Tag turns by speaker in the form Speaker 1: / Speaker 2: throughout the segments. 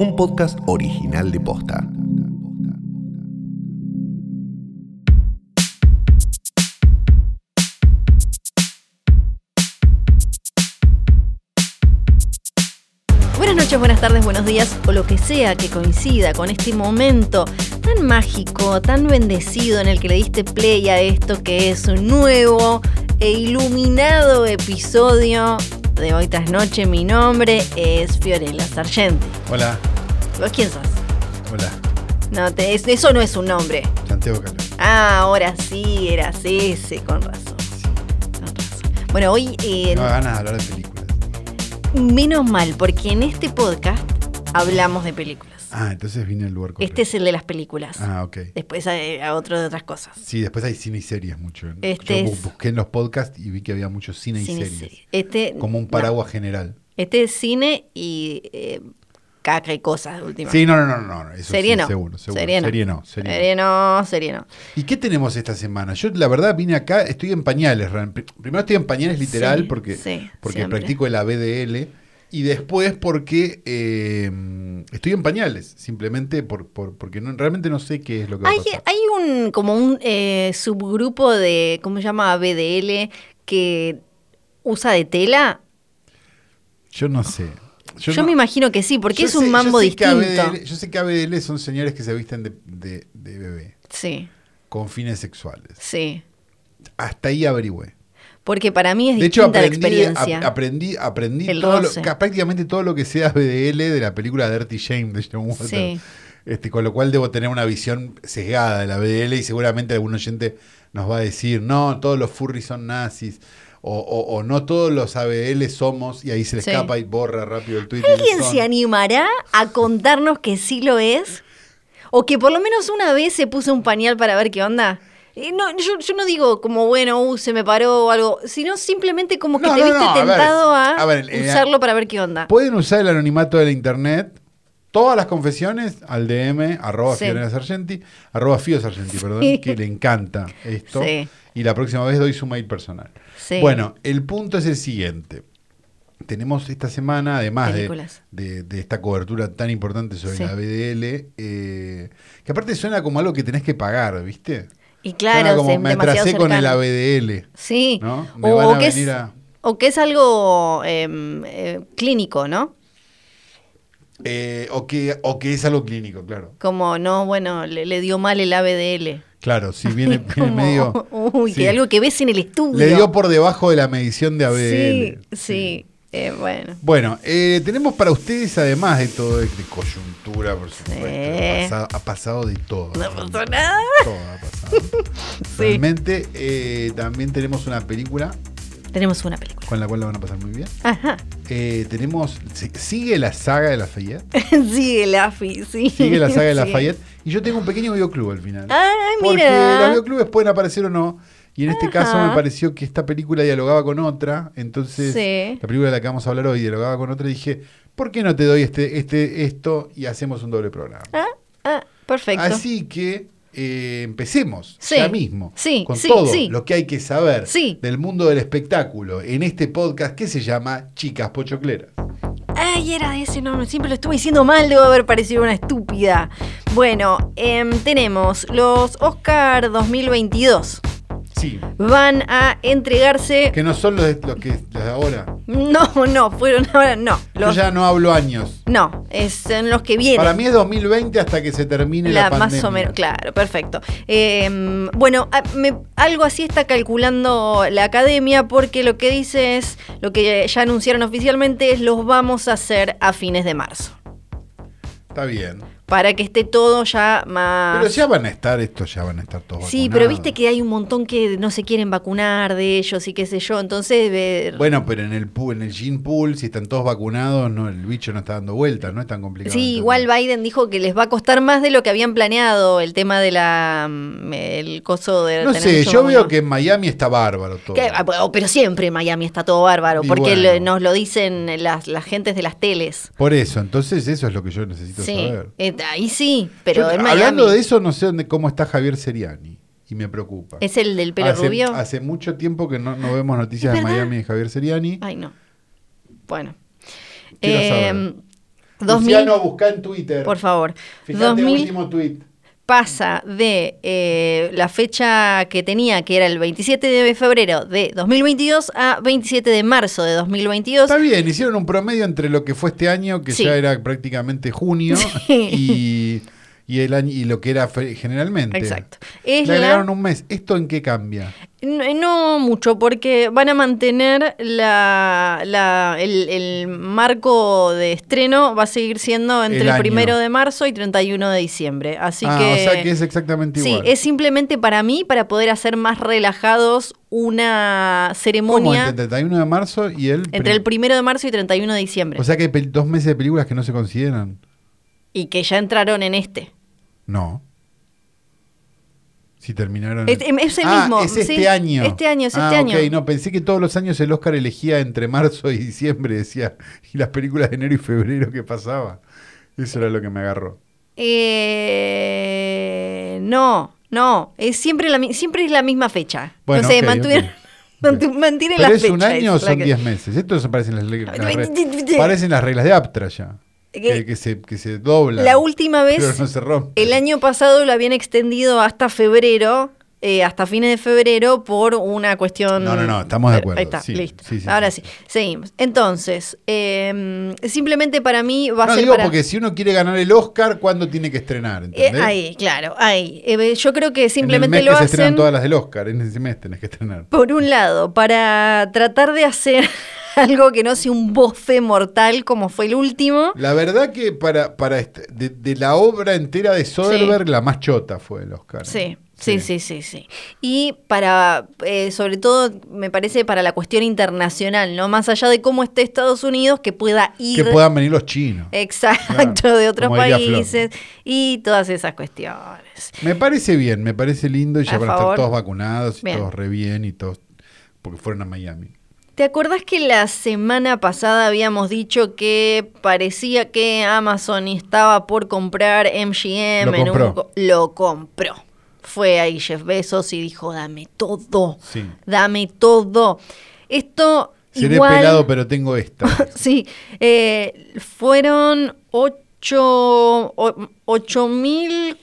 Speaker 1: un podcast original de Posta.
Speaker 2: Buenas noches, buenas tardes, buenos días o lo que sea que coincida con este momento tan mágico, tan bendecido en el que le diste play a esto que es un nuevo e iluminado episodio de Hoy tras Noche. Mi nombre es Fiorella Sargenti.
Speaker 3: Hola,
Speaker 2: ¿Vos quién sos?
Speaker 3: hola,
Speaker 2: No, te- es- eso no es un nombre.
Speaker 3: Santiago Caló.
Speaker 2: Ah, ahora sí, eras ese, con razón. con razón. Bueno, hoy eh,
Speaker 3: Tengo ganas de hablar de películas.
Speaker 2: menos mal, porque en este podcast hablamos de películas.
Speaker 3: Ah, entonces vine al lugar correcto.
Speaker 2: Este es el de las películas.
Speaker 3: Ah, ok.
Speaker 2: Después hay- a otro de otras cosas.
Speaker 3: Sí, después hay cine y series mucho.
Speaker 2: Este
Speaker 3: Yo
Speaker 2: es-
Speaker 3: busqué en los podcasts y vi que había mucho cine,
Speaker 2: Cine y
Speaker 3: y series.
Speaker 2: series. Este,
Speaker 3: Como un
Speaker 2: no.
Speaker 3: paraguas general.
Speaker 2: Este es cine y eh, caca y cosas de última.
Speaker 3: Sí, no, no, no, no. no, Eso
Speaker 2: serie,
Speaker 3: sí,
Speaker 2: no.
Speaker 3: Seguro, seguro.
Speaker 2: serie no. Eh.
Speaker 3: Serie no. serie no.
Speaker 2: Serie no, serie no.
Speaker 3: ¿Y qué tenemos esta semana? Yo, la verdad, vine acá, estoy en pañales. Ran. Pri- Primero estoy en pañales literal
Speaker 2: Sí,
Speaker 3: porque,
Speaker 2: sí,
Speaker 3: porque
Speaker 2: siempre.
Speaker 3: practico el ABDL. Y después porque eh, estoy en pañales, simplemente por, por- porque no, realmente no sé qué es lo que va
Speaker 2: Hay,
Speaker 3: a pasar.
Speaker 2: hay un como un eh, subgrupo de, ¿cómo se llama? BDL, que usa de tela.
Speaker 3: Yo no sé.
Speaker 2: Yo,
Speaker 3: no-
Speaker 2: me imagino que sí, porque
Speaker 3: yo
Speaker 2: es un
Speaker 3: sé- yo
Speaker 2: mambo
Speaker 3: sé que
Speaker 2: distinto.
Speaker 3: ABDL yo sé que ABDL son señores que se visten de, de- de bebé
Speaker 2: Sí,
Speaker 3: con fines sexuales.
Speaker 2: sí.
Speaker 3: Hasta ahí averigüé.
Speaker 2: Porque para mí es
Speaker 3: De hecho,
Speaker 2: distinta
Speaker 3: aprendí,
Speaker 2: la experiencia.
Speaker 3: ap- aprendí, aprendí
Speaker 2: El
Speaker 3: todo lo-
Speaker 2: roce.
Speaker 3: ca- prácticamente todo lo que sea ABDL de la película Dirty Shame de John Waters.
Speaker 2: Sí.
Speaker 3: Este, con lo cual debo tener una visión sesgada de la ABDL y seguramente algún oyente nos va a decir, no, todos los furries son nazis. O, o- o no todos los ABDL somos, y ahí se le
Speaker 2: Sí.
Speaker 3: escapa y borra rápido el tweet. y
Speaker 2: ¿Alguien
Speaker 3: son.
Speaker 2: se animará a contarnos que sí lo es? ¿O que por lo menos una vez se puso un pañal para ver qué onda? Eh, No, yo, yo no digo como, bueno, uh, se me paró o algo, sino simplemente como que
Speaker 3: No,
Speaker 2: te
Speaker 3: no,
Speaker 2: viste
Speaker 3: no, a ver,
Speaker 2: tentado a,
Speaker 3: a ver, eh,
Speaker 2: usarlo para ver qué onda.
Speaker 3: Pueden usar el anonimato de la internet. Todas las confesiones al DM, arroba
Speaker 2: Sí.
Speaker 3: Fiorella Sargenti, arroba Fio Sargenti, perdón,
Speaker 2: Sí.
Speaker 3: que le encanta esto.
Speaker 2: Sí.
Speaker 3: Y la próxima vez doy su mail personal.
Speaker 2: Sí.
Speaker 3: Bueno, el punto es el siguiente. Tenemos esta semana, además de,
Speaker 2: Películas.
Speaker 3: de- de esta cobertura tan importante sobre
Speaker 2: Sí.
Speaker 3: la BDL, eh, que aparte suena como algo que tenés que pagar, ¿viste?
Speaker 2: Y
Speaker 3: suena
Speaker 2: claro,
Speaker 3: como
Speaker 2: es
Speaker 3: me
Speaker 2: demasiado
Speaker 3: atrasé con el
Speaker 2: cercano.
Speaker 3: ABDL.
Speaker 2: Sí.
Speaker 3: ¿no? Me van a
Speaker 2: que es,
Speaker 3: venir a-
Speaker 2: o que es algo em, eh, clínico, ¿no?
Speaker 3: Eh, o, que, o que es algo clínico, claro.
Speaker 2: Como, no, bueno, le, le dio mal el ABDL.
Speaker 3: Claro, sí, viene, viene
Speaker 2: Como,
Speaker 3: medio.
Speaker 2: Uy,
Speaker 3: sí.
Speaker 2: que algo que ves en el estudio.
Speaker 3: Le dio por debajo de la medición de ABDL.
Speaker 2: Sí, sí. Eh, bueno.
Speaker 3: Bueno, eh, tenemos para ustedes, además de todo, de, de coyuntura, por supuesto.
Speaker 2: Sí.
Speaker 3: Ha, pasado, ha pasado de todo.
Speaker 2: No pasó nada.
Speaker 3: Todo ha pasado. Realmente, eh, también tenemos una película
Speaker 2: Tenemos una película.
Speaker 3: con la cual la van a pasar muy bien.
Speaker 2: Ajá.
Speaker 3: Eh, tenemos. si- Sigue la saga de Lafayette.
Speaker 2: Sigue el AFI, sí.
Speaker 3: Sigue la saga de
Speaker 2: Sí.
Speaker 3: Lafayette. Y yo tengo un pequeño videoclub al final.
Speaker 2: Ah,
Speaker 3: Porque
Speaker 2: mira.
Speaker 3: los videoclubes pueden aparecer o no. Y en este caso
Speaker 2: Ajá.
Speaker 3: me pareció que esta película dialogaba con otra. Entonces,
Speaker 2: Sí.
Speaker 3: la película de la que vamos a hablar hoy dialogaba con otra. Y dije, ¿por qué no te doy este, este, esto y hacemos un doble programa?
Speaker 2: Ah, ah, perfecto.
Speaker 3: Así que eh, empecemos
Speaker 2: Sí.
Speaker 3: ya mismo
Speaker 2: Sí,
Speaker 3: con
Speaker 2: sí,
Speaker 3: todo
Speaker 2: sí.
Speaker 3: lo que hay que saber
Speaker 2: Sí.
Speaker 3: del mundo del espectáculo en este podcast que se llama Chicas Pochocleras.
Speaker 2: Ay, era de ese nombre. Siempre lo estuve diciendo mal. Debo haber parecido una estúpida. Bueno, em, tenemos los Oscar 2022.
Speaker 3: Sí,
Speaker 2: Van a entregarse.
Speaker 3: que no son los, de- los que los de ahora.
Speaker 2: No, no, fueron ahora. No.
Speaker 3: Yo
Speaker 2: Los,
Speaker 3: ya no hablo años.
Speaker 2: no, es en los que vienen.
Speaker 3: Para mí es 2020 hasta que se termine la,
Speaker 2: La-
Speaker 3: pandemia.
Speaker 2: más o menos, claro, perfecto. Eh, bueno, a- me- algo así está calculando la academia porque lo que dice es, lo que ya anunciaron oficialmente es los vamos a hacer a fines de marzo,
Speaker 3: Está bien.
Speaker 2: para que esté todo ya más...
Speaker 3: Pero ya van a estar, estos ya van a estar todos
Speaker 2: Ah. sí, pero viste que hay un montón que no se quieren vacunar de ellos y qué sé yo, entonces... eh, ver-
Speaker 3: Bueno, pero en el pool, en el gene pool, si están todos vacunados, no, el bicho no está dando vueltas, no es tan complicado. de
Speaker 2: Sí,
Speaker 3: entender.
Speaker 2: igual Biden dijo que les va a costar más de lo que habían planeado el tema de la mm, el coso de
Speaker 3: No
Speaker 2: tener
Speaker 3: sé,
Speaker 2: mucho
Speaker 3: yo
Speaker 2: vacunado.
Speaker 3: veo que en Miami está bárbaro todo.
Speaker 2: Que- ah, pero- pero siempre en Miami está todo bárbaro,
Speaker 3: Y
Speaker 2: porque
Speaker 3: bueno.
Speaker 2: lo- nos lo dicen las, las gentes de las teles.
Speaker 3: Por eso, entonces eso es lo que yo necesito
Speaker 2: Sí,
Speaker 3: saber.
Speaker 2: eh, ahí sí, pero
Speaker 3: Yo-
Speaker 2: en Miami.
Speaker 3: hablando de eso, no sé dónde, cómo está Javier Seriani y me preocupa.
Speaker 2: ¿Es el del pelo
Speaker 3: hace,
Speaker 2: rubio?
Speaker 3: Hace mucho tiempo que no, no vemos noticias
Speaker 2: ¿Es Ah,
Speaker 3: de
Speaker 2: verdad?
Speaker 3: Miami de Javier Seriani.
Speaker 2: Ay, no. Bueno.
Speaker 3: Quiero
Speaker 2: Eh,
Speaker 3: saber.
Speaker 2: Dos mil-
Speaker 3: Luciano, busca en Twitter.
Speaker 2: Por favor.
Speaker 3: Fíjate
Speaker 2: 2000
Speaker 3: último tweet.
Speaker 2: pasa de eh, la fecha que tenía, que era el 27 de febrero de 2022, a 27 de marzo de 2022.
Speaker 3: Está bien, hicieron un promedio entre lo que fue este año, que
Speaker 2: Sí.
Speaker 3: ya era prácticamente junio,
Speaker 2: Sí.
Speaker 3: y, y el año, y lo que era fe- generalmente.
Speaker 2: Exacto. Es
Speaker 3: Le
Speaker 2: la-
Speaker 3: agregaron un mes. ¿Esto en qué cambia?
Speaker 2: no, eh, no mucho, porque van a mantener la, la- el, el marco de estreno, va a seguir siendo entre
Speaker 3: El
Speaker 2: el,
Speaker 3: año.
Speaker 2: primero de marzo y 31 de diciembre. Así
Speaker 3: ah,
Speaker 2: que.
Speaker 3: o sea que es exactamente
Speaker 2: Sí,
Speaker 3: igual.
Speaker 2: es simplemente para mí, para poder hacer más relajados una
Speaker 3: como
Speaker 2: ceremonia
Speaker 3: entre el 31 de marzo y el.
Speaker 2: entre el
Speaker 3: prim-
Speaker 2: primero de marzo y 31 de diciembre.
Speaker 3: O sea que hay pel- dos meses de películas que no se consideran.
Speaker 2: y que ya entraron en este.
Speaker 3: No. Si terminaron.
Speaker 2: Es- es el
Speaker 3: Ah,
Speaker 2: mismo,
Speaker 3: Es este
Speaker 2: sí.
Speaker 3: año.
Speaker 2: Este año, es
Speaker 3: Ah,
Speaker 2: este año.
Speaker 3: ok, no, pensé que todos los años el Oscar elegía entre marzo y diciembre, decía. Y las películas de enero y febrero que pasaba. Eso era lo que me agarró.
Speaker 2: Eh, no, no, es siempre, la, mi- siempre es la misma fecha.
Speaker 3: Bueno,
Speaker 2: no sé,
Speaker 3: ok,
Speaker 2: mantuvieron,
Speaker 3: ok.
Speaker 2: mantu- mantienen
Speaker 3: Pero
Speaker 2: la
Speaker 3: es
Speaker 2: fecha.
Speaker 3: un año o
Speaker 2: es la
Speaker 3: son
Speaker 2: que-
Speaker 3: 10 meses. Esto se parecen las, le- las re- parecen las reglas de Aptra ya.
Speaker 2: ¿Qué?
Speaker 3: Que, que se, que se doblan.
Speaker 2: La última
Speaker 3: Pero
Speaker 2: vez,
Speaker 3: no se rompe.
Speaker 2: el año pasado lo habían extendido hasta febrero, eh, hasta fines de febrero, por una cuestión... Eh,
Speaker 3: No, no, no, estamos de acuerdo,
Speaker 2: Ahí está,
Speaker 3: sí,
Speaker 2: listo.
Speaker 3: sí, sí,
Speaker 2: Ahora
Speaker 3: sí.
Speaker 2: sí. seguimos. Entonces, eh, simplemente para mí va a
Speaker 3: No,
Speaker 2: ser
Speaker 3: digo
Speaker 2: para...
Speaker 3: porque si uno quiere ganar el Oscar, ¿cuándo tiene que estrenar?
Speaker 2: Eh,
Speaker 3: ¿entendés?
Speaker 2: ahí, claro, ahí. Eh, yo creo que
Speaker 3: En el
Speaker 2: simplemente
Speaker 3: mes
Speaker 2: lo
Speaker 3: que se
Speaker 2: hacen
Speaker 3: estrenan todas las del Oscar. En ese mes tenés que estrenar.
Speaker 2: por un lado, para tratar de hacer algo que no sea un bofe mortal como fue el úlimo.
Speaker 3: La verdad que para, para este- de, de la obra entera de Soderbergh, la más chota fue el Oscar.
Speaker 2: Sí, sí, sí, sí, sí. Y para, eh, sobre todo, me parece para la cuestión internacional, ¿no? Más allá de cómo esté Estados Unidos, que pueda ir.
Speaker 3: Que puedan venir los chinos.
Speaker 2: Eh, Exacto,
Speaker 3: Claro,
Speaker 2: de otros
Speaker 3: como diría Flor.
Speaker 2: países y todas esas cuestiones.
Speaker 3: Me parece bien, me parece lindo y ya
Speaker 2: A
Speaker 3: van a
Speaker 2: favor.
Speaker 3: estar todos vacunados y
Speaker 2: Bien.
Speaker 3: todos re bien y todos. Porque fueron a Miami.
Speaker 2: ¿Te acordás que la semana pasada habíamos dicho que parecía que Amazon estaba por comprar MGM?
Speaker 3: Lo
Speaker 2: en un
Speaker 3: compró.
Speaker 2: co- lo compró. Fue ahí Jeff Bezos y dijo, dame todo,
Speaker 3: Sí.
Speaker 2: dame todo. Esto
Speaker 3: Seré
Speaker 2: igual...
Speaker 3: pelado, pero tengo esta.
Speaker 2: sí, eh, fueron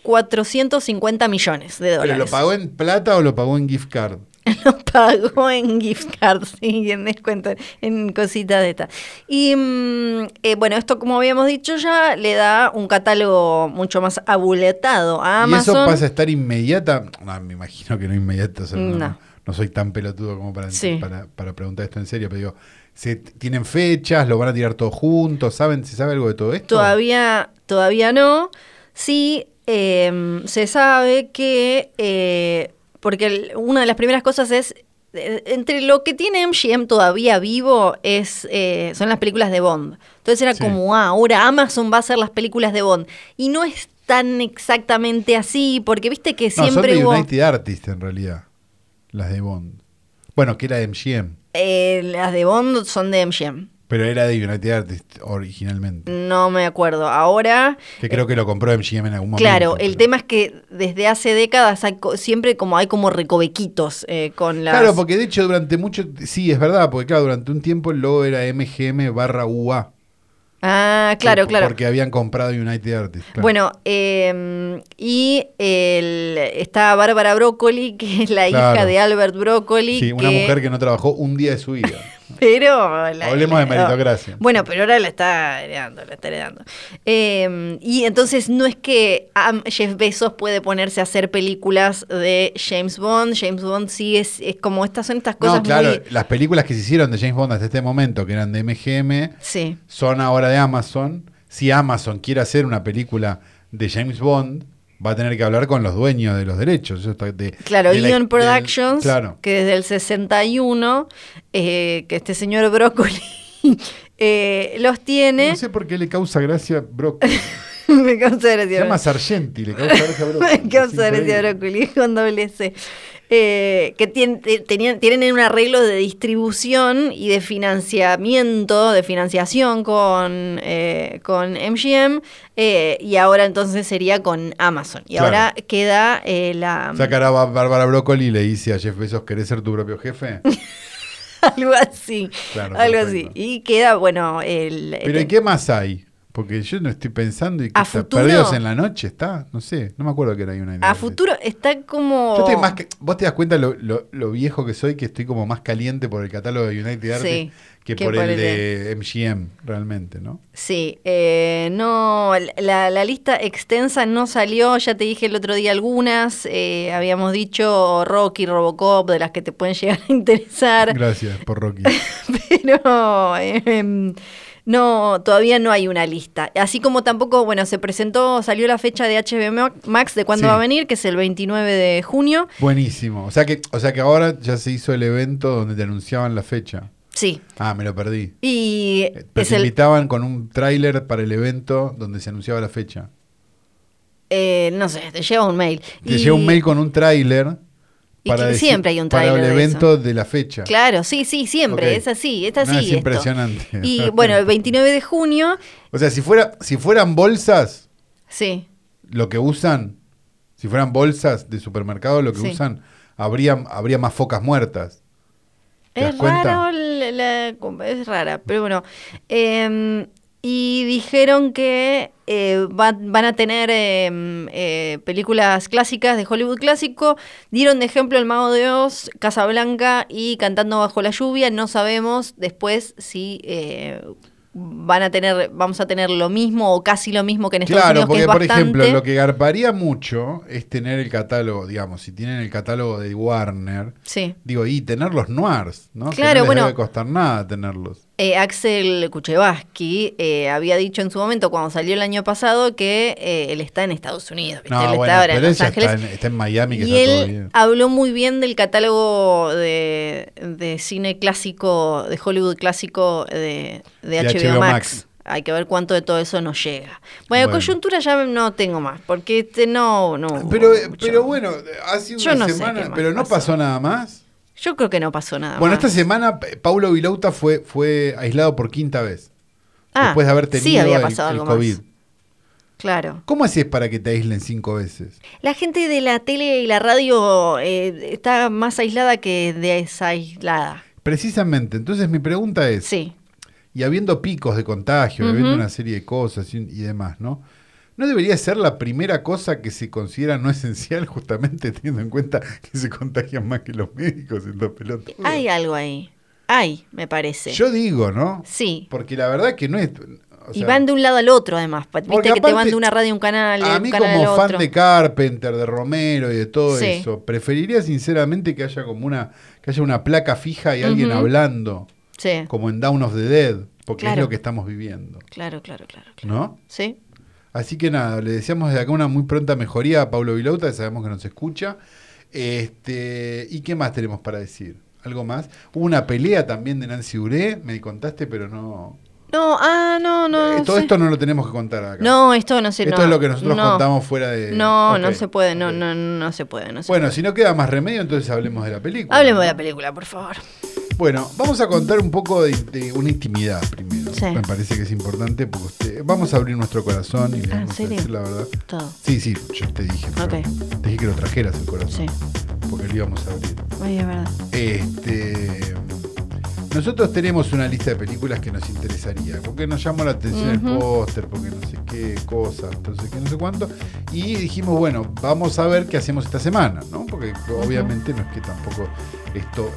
Speaker 2: 8.450 millones de dólares.
Speaker 3: ¿Pero lo pagó en plata o lo pagó en gift card?
Speaker 2: Lo pagó en gift cards y en descuento, en cositas de estas. Y mm, eh, bueno, esto como habíamos dicho ya, le da un catálogo mucho más abuletado a Amazon.
Speaker 3: ¿Y eso pasa a estar inmediata? No, me imagino que no inmediata. o sea, no,
Speaker 2: No.
Speaker 3: no- no soy tan pelotudo como para,
Speaker 2: Sí.
Speaker 3: para, para preguntar esto en serio, pero digo, ¿se t- ¿tienen fechas? ¿Lo van a tirar todos juntos? ¿Saben? ¿Se sabe algo de todo esto?
Speaker 2: Todavía, todavía no. Sí, eh, se sabe que, eh, porque el- una de las primeras cosas es, eh, entre lo que tiene MGM todavía vivo es, eh, son las películas de Bond. Entonces era
Speaker 3: Sí.
Speaker 2: como, ah, ahora Amazon va a hacer las películas de Bond. Y no es tan exactamente así, porque viste que
Speaker 3: No,
Speaker 2: siempre
Speaker 3: son de
Speaker 2: hubo...
Speaker 3: United Artists en realidad, las de Bond. Bueno, que era de MGM,
Speaker 2: eh, las de Bond son de MGM.
Speaker 3: pero era de United Artists originalmente.
Speaker 2: No me acuerdo. Ahora...
Speaker 3: Que creo que lo compró MGM en algún momento.
Speaker 2: Claro, el
Speaker 3: pero-
Speaker 2: tema es que desde hace décadas hay co- siempre como hay como recovequitos eh, con las...
Speaker 3: Claro, porque de hecho durante mucho... Sí, es verdad, porque claro, durante un tiempo el logo era MGM barra UA.
Speaker 2: Ah, claro,
Speaker 3: Por-
Speaker 2: claro.
Speaker 3: Porque habían comprado United Artists. claro.
Speaker 2: Bueno, eh, y el- está Bárbara Broccoli, que es la
Speaker 3: Claro.
Speaker 2: hija de Albert Broccoli.
Speaker 3: Sí, una mujer que no trabajó un día de su vida.
Speaker 2: Pero... la-
Speaker 3: Hablemos de
Speaker 2: la-
Speaker 3: meritocracia.
Speaker 2: Bueno, pero ahora la está heredando, la está heredando. Eh, y entonces no es que am, Jeff Bezos puede ponerse a hacer películas de James Bond. James Bond sí es, es como estas son estas cosas
Speaker 3: no, claro,
Speaker 2: muy...
Speaker 3: las películas que se hicieron de James Bond hasta este momento, que eran de MGM,
Speaker 2: Sí.
Speaker 3: son ahora de Amazon. Si Amazon quiere hacer una película de James Bond, va a tener que hablar con los dueños de los derechos. Eso está de-
Speaker 2: Claro,
Speaker 3: de la-
Speaker 2: Ion
Speaker 3: del-
Speaker 2: Productions,
Speaker 3: claro.
Speaker 2: que desde el 61, eh, que este señor Brócoli eh, los tiene.
Speaker 3: No sé por qué le causa gracia Broccoli.
Speaker 2: Me causa gracia.
Speaker 3: Se llama Sargenti, le causa gracia Broccoli.
Speaker 2: Me causa
Speaker 3: Es
Speaker 2: gracia
Speaker 3: increíble.
Speaker 2: Brócoli con doble C. Eh, que tien- te- tenían, tienen un arreglo de distribución y de financiamiento, de financiación con, eh, con MGM, eh, y ahora entonces sería con Amazon. Y
Speaker 3: Claro.
Speaker 2: ahora queda eh, la...
Speaker 3: Sacará a Bárbara Broccoli y le dice a Jeff Bezos, ¿querés ser tu propio jefe?
Speaker 2: algo así.
Speaker 3: Claro,
Speaker 2: algo
Speaker 3: perfecto.
Speaker 2: así. Y queda, bueno, el.
Speaker 3: Pero
Speaker 2: el-
Speaker 3: ¿y qué más hay? Porque yo no estoy pensando y
Speaker 2: Este,
Speaker 3: que
Speaker 2: A
Speaker 3: está
Speaker 2: futuro-
Speaker 3: perdidos en la noche está, no sé, no me acuerdo que era ahí una idea.
Speaker 2: A
Speaker 3: de-
Speaker 2: futuro está como.
Speaker 3: Yo estoy más que, vos te das cuenta lo, lo- lo viejo que soy, que estoy como más caliente por el catálogo de United Artists
Speaker 2: Sí,
Speaker 3: que,
Speaker 2: que
Speaker 3: por,
Speaker 2: por
Speaker 3: el
Speaker 2: el
Speaker 3: de MGM, realmente, ¿no?
Speaker 2: Sí, eh, no, la, la lista extensa no salió, ya te dije el otro día algunas, eh, habíamos dicho Rocky, Robocop, de las que te pueden llegar a interesar,
Speaker 3: Gracias por Rocky.
Speaker 2: pero em, no, todavía no hay una lista. Así como tampoco, bueno, se presentó, salió la fecha de HBO Max de cuándo
Speaker 3: Sí.
Speaker 2: va a venir, que es el 29 de junio.
Speaker 3: Buenísimo. O sea que, o sea que ahora ya se hizo el evento donde te anunciaban la fecha.
Speaker 2: Sí,
Speaker 3: Ah, me lo perdí.
Speaker 2: y
Speaker 3: Eh, Te
Speaker 2: es el...
Speaker 3: invitaban con un tráiler para el evento donde se anunciaba la fecha.
Speaker 2: eh, no sé, te lleva un mail.
Speaker 3: Te
Speaker 2: Y-
Speaker 3: llega un mail con un tráiler
Speaker 2: Y que siempre hay un
Speaker 3: para el
Speaker 2: tráiler de eso.
Speaker 3: evento de la fecha.
Speaker 2: Claro, sí, sí, siempre,
Speaker 3: Ok.
Speaker 2: es así, es así.
Speaker 3: No, es
Speaker 2: esto.
Speaker 3: impresionante.
Speaker 2: Y bueno, el 29 de junio,
Speaker 3: O sea, si fuera, si fueran bolsas,
Speaker 2: sí,
Speaker 3: lo que usan, si fueran bolsas de supermercado, lo que
Speaker 2: Sí.
Speaker 3: usan, habría, habría más focas muertas. ¿Te das
Speaker 2: es
Speaker 3: cuenta?
Speaker 2: raro, la- la- es rara, pero bueno. Em, y dijeron que eh, va- van a tener em, eh, películas clásicas de Hollywood clásico. Dieron de ejemplo El Mago de Oz, Casablanca y Cantando Bajo la Lluvia. No sabemos después si... eh, van a tener vamos a tener lo mismo o casi lo mismo que en Estados
Speaker 3: Claro,
Speaker 2: Unidos que
Speaker 3: porque
Speaker 2: es
Speaker 3: por
Speaker 2: bastante
Speaker 3: ejemplo, lo que garparía mucho es tener el catálogo, digamos, si tienen el catálogo de Warner,
Speaker 2: sí
Speaker 3: digo, y tener los noirs, ¿no? Que
Speaker 2: Claro,
Speaker 3: no les
Speaker 2: bueno.
Speaker 3: debe costar nada tenerlos.
Speaker 2: Eh, Axel Kuchevaski eh, había dicho en su momento, cuando salió el año pasado, que eh, él está en Estados Unidos, ¿viste?
Speaker 3: No,
Speaker 2: él
Speaker 3: bueno,
Speaker 2: está ahora en
Speaker 3: pero
Speaker 2: Los
Speaker 3: ella está
Speaker 2: Ángeles.
Speaker 3: en, está en Miami, que
Speaker 2: Y
Speaker 3: está todo
Speaker 2: él
Speaker 3: bien.
Speaker 2: habló muy bien del catálogo de, de cine clásico, de Hollywood clásico de, de
Speaker 3: De
Speaker 2: HBO,
Speaker 3: HBO
Speaker 2: Max.
Speaker 3: Max.
Speaker 2: Hay que ver cuánto de todo eso nos llega. Bueno,
Speaker 3: Bueno.
Speaker 2: coyuntura ya no tengo más, porque este no, no. hubo
Speaker 3: Pero, eh,
Speaker 2: mucho.
Speaker 3: pero bueno, hace
Speaker 2: Yo
Speaker 3: una
Speaker 2: no sé qué
Speaker 3: semana,
Speaker 2: más
Speaker 3: pero no
Speaker 2: pasó. Ah,
Speaker 3: pasó nada más.
Speaker 2: Yo creo que no pasó nada.
Speaker 3: Bueno,
Speaker 2: más.
Speaker 3: esta semana eh, Paulo Vilauta fue, fue aislado por quinta vez.
Speaker 2: Ah,
Speaker 3: después de haber
Speaker 2: sí
Speaker 3: tenido
Speaker 2: había
Speaker 3: el-
Speaker 2: pasado
Speaker 3: el,
Speaker 2: algo más.
Speaker 3: COVID.
Speaker 2: Claro.
Speaker 3: ¿Cómo haces para que te aíslen cinco veces?
Speaker 2: La gente de la tele y la radio eh, está más aislada que desaislada.
Speaker 3: Precisamente, entonces mi pregunta es,
Speaker 2: Sí.
Speaker 3: y habiendo picos de contagio,
Speaker 2: Ujú.
Speaker 3: habiendo una serie de cosas y, y demás, ¿no? ¿No debería ser la primera cosa que se considera no esencial, justamente teniendo en cuenta que se contagian más que los médicos en los pelotas?
Speaker 2: Hay algo ahí. Hay, me parece.
Speaker 3: Yo digo, ¿no?
Speaker 2: sí.
Speaker 3: Porque la verdad que no es... o
Speaker 2: y
Speaker 3: sea,
Speaker 2: van de un lado al otro, además. pa- Viste
Speaker 3: Porque
Speaker 2: que te van
Speaker 3: aparte,
Speaker 2: de una radio a un canal, de
Speaker 3: A
Speaker 2: un
Speaker 3: mí
Speaker 2: canal
Speaker 3: como
Speaker 2: al
Speaker 3: fan
Speaker 2: otro.
Speaker 3: de Carpenter, de Romero y de todo
Speaker 2: Sí.
Speaker 3: eso, preferiría sinceramente que haya como una que haya una placa fija y alguien
Speaker 2: Ujú.
Speaker 3: hablando,
Speaker 2: Sí.
Speaker 3: como en Down of the Dead, porque
Speaker 2: Claro.
Speaker 3: es lo que estamos viviendo,
Speaker 2: Claro, claro, claro, claro.
Speaker 3: ¿no?
Speaker 2: Sí.
Speaker 3: Así que nada, le deseamos desde acá una muy pronta mejoría a Pablo Vilauta, que sabemos que nos escucha. Este, ¿y qué más tenemos para decir? ¿Algo más? Hubo una pelea también de Nancy Uré, me contaste, pero no.
Speaker 2: No, ah, no, no.
Speaker 3: Eh, todo
Speaker 2: sí.
Speaker 3: esto no lo tenemos que contar acá.
Speaker 2: No, esto no se
Speaker 3: Esto
Speaker 2: no,
Speaker 3: es lo que nosotros
Speaker 2: no.
Speaker 3: contamos fuera de.
Speaker 2: No,
Speaker 3: Ok,
Speaker 2: no se puede, no,
Speaker 3: ok.
Speaker 2: no, no se puede, no se
Speaker 3: Bueno, si no queda más remedio, entonces hablemos de la película.
Speaker 2: puede. Hablemos de la película, por favor.
Speaker 3: Bueno, vamos a contar un poco de, de una intimidad primero.
Speaker 2: Sí.
Speaker 3: Me parece que es importante porque usted- vamos a abrir nuestro corazón y le
Speaker 2: Ah, ¿en
Speaker 3: vamos a
Speaker 2: serio?
Speaker 3: decir la verdad.
Speaker 2: Todo.
Speaker 3: Sí, sí, yo te dije. pero
Speaker 2: Ok.
Speaker 3: Te dije que lo trajeras el corazón.
Speaker 2: Sí.
Speaker 3: Porque lo íbamos a abrir.
Speaker 2: Oye, es verdad.
Speaker 3: Este, nosotros tenemos una lista de películas que nos interesaría, porque nos llamó la atención el
Speaker 2: Ujú.
Speaker 3: póster, porque no sé qué cosas, no sé qué, no sé cuánto. Y dijimos, bueno, vamos a ver qué hacemos esta semana, ¿no? Porque obviamente no es que tampoco esto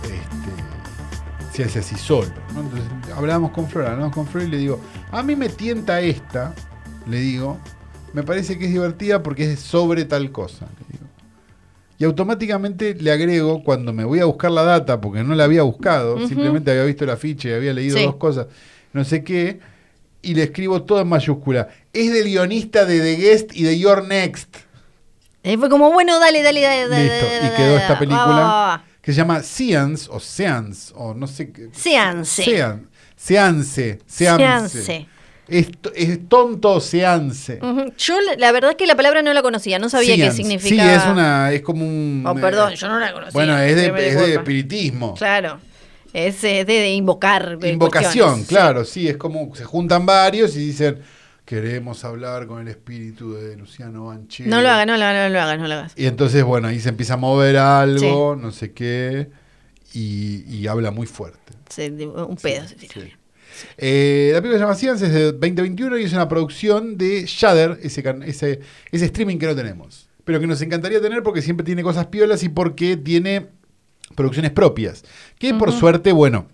Speaker 3: este, se hace así solo. ¿no? Entonces hablábamos con Flor, hablamos con Flor y le digo, a mí me tienta esta, le digo, me parece que es divertida porque es sobre tal cosa. le digo. Y automáticamente le agrego, cuando me voy a buscar la data, porque no la había buscado,
Speaker 2: Ujú.
Speaker 3: simplemente había visto la ficha y había leído
Speaker 2: Sí.
Speaker 3: dos cosas, no sé qué, y le escribo todo en mayúscula. Es del guionista de The Guest y de Your Next,
Speaker 2: Y fue como, bueno, dale, dale, dale, dale.
Speaker 3: Listo,
Speaker 2: dale,
Speaker 3: y
Speaker 2: dale,
Speaker 3: quedó
Speaker 2: dale,
Speaker 3: esta
Speaker 2: va,
Speaker 3: película.
Speaker 2: va, va, va.
Speaker 3: que se llama Seance o Seance, o no sé qué.
Speaker 2: Seance.
Speaker 3: Sean- Seance. Seance.
Speaker 2: Seance.
Speaker 3: Es, to- es tonto Seance.
Speaker 2: Ujú. Yo la, la verdad es que la palabra no la conocía, no sabía qué
Speaker 3: Seance.
Speaker 2: significaba.
Speaker 3: Sí, es una. Es como un.
Speaker 2: Oh, perdón,
Speaker 3: eh,
Speaker 2: yo no la conocía.
Speaker 3: Bueno, es
Speaker 2: que me
Speaker 3: de, es de
Speaker 2: disculpa.
Speaker 3: espiritismo.
Speaker 2: Claro, es eh, de, de invocar. eh,
Speaker 3: Invocación,
Speaker 2: cuestiones.
Speaker 3: claro, sí, es como se juntan varios y dicen, queremos hablar con el espíritu de Luciano Banchero.
Speaker 2: No lo hagas, no lo hagas, no lo hagas, no lo hagas.
Speaker 3: Y entonces, bueno, ahí se empieza a mover algo, no sé qué, y, y habla muy fuerte.
Speaker 2: Se- un pedo se tira.
Speaker 3: Sí. Eh, la película se llama Science es de 2021 y es una producción de Shudder, ese, can- ese, ese streaming que no tenemos. Pero que nos encantaría tener porque siempre tiene cosas piolas y porque tiene producciones propias. Que por suerte, bueno,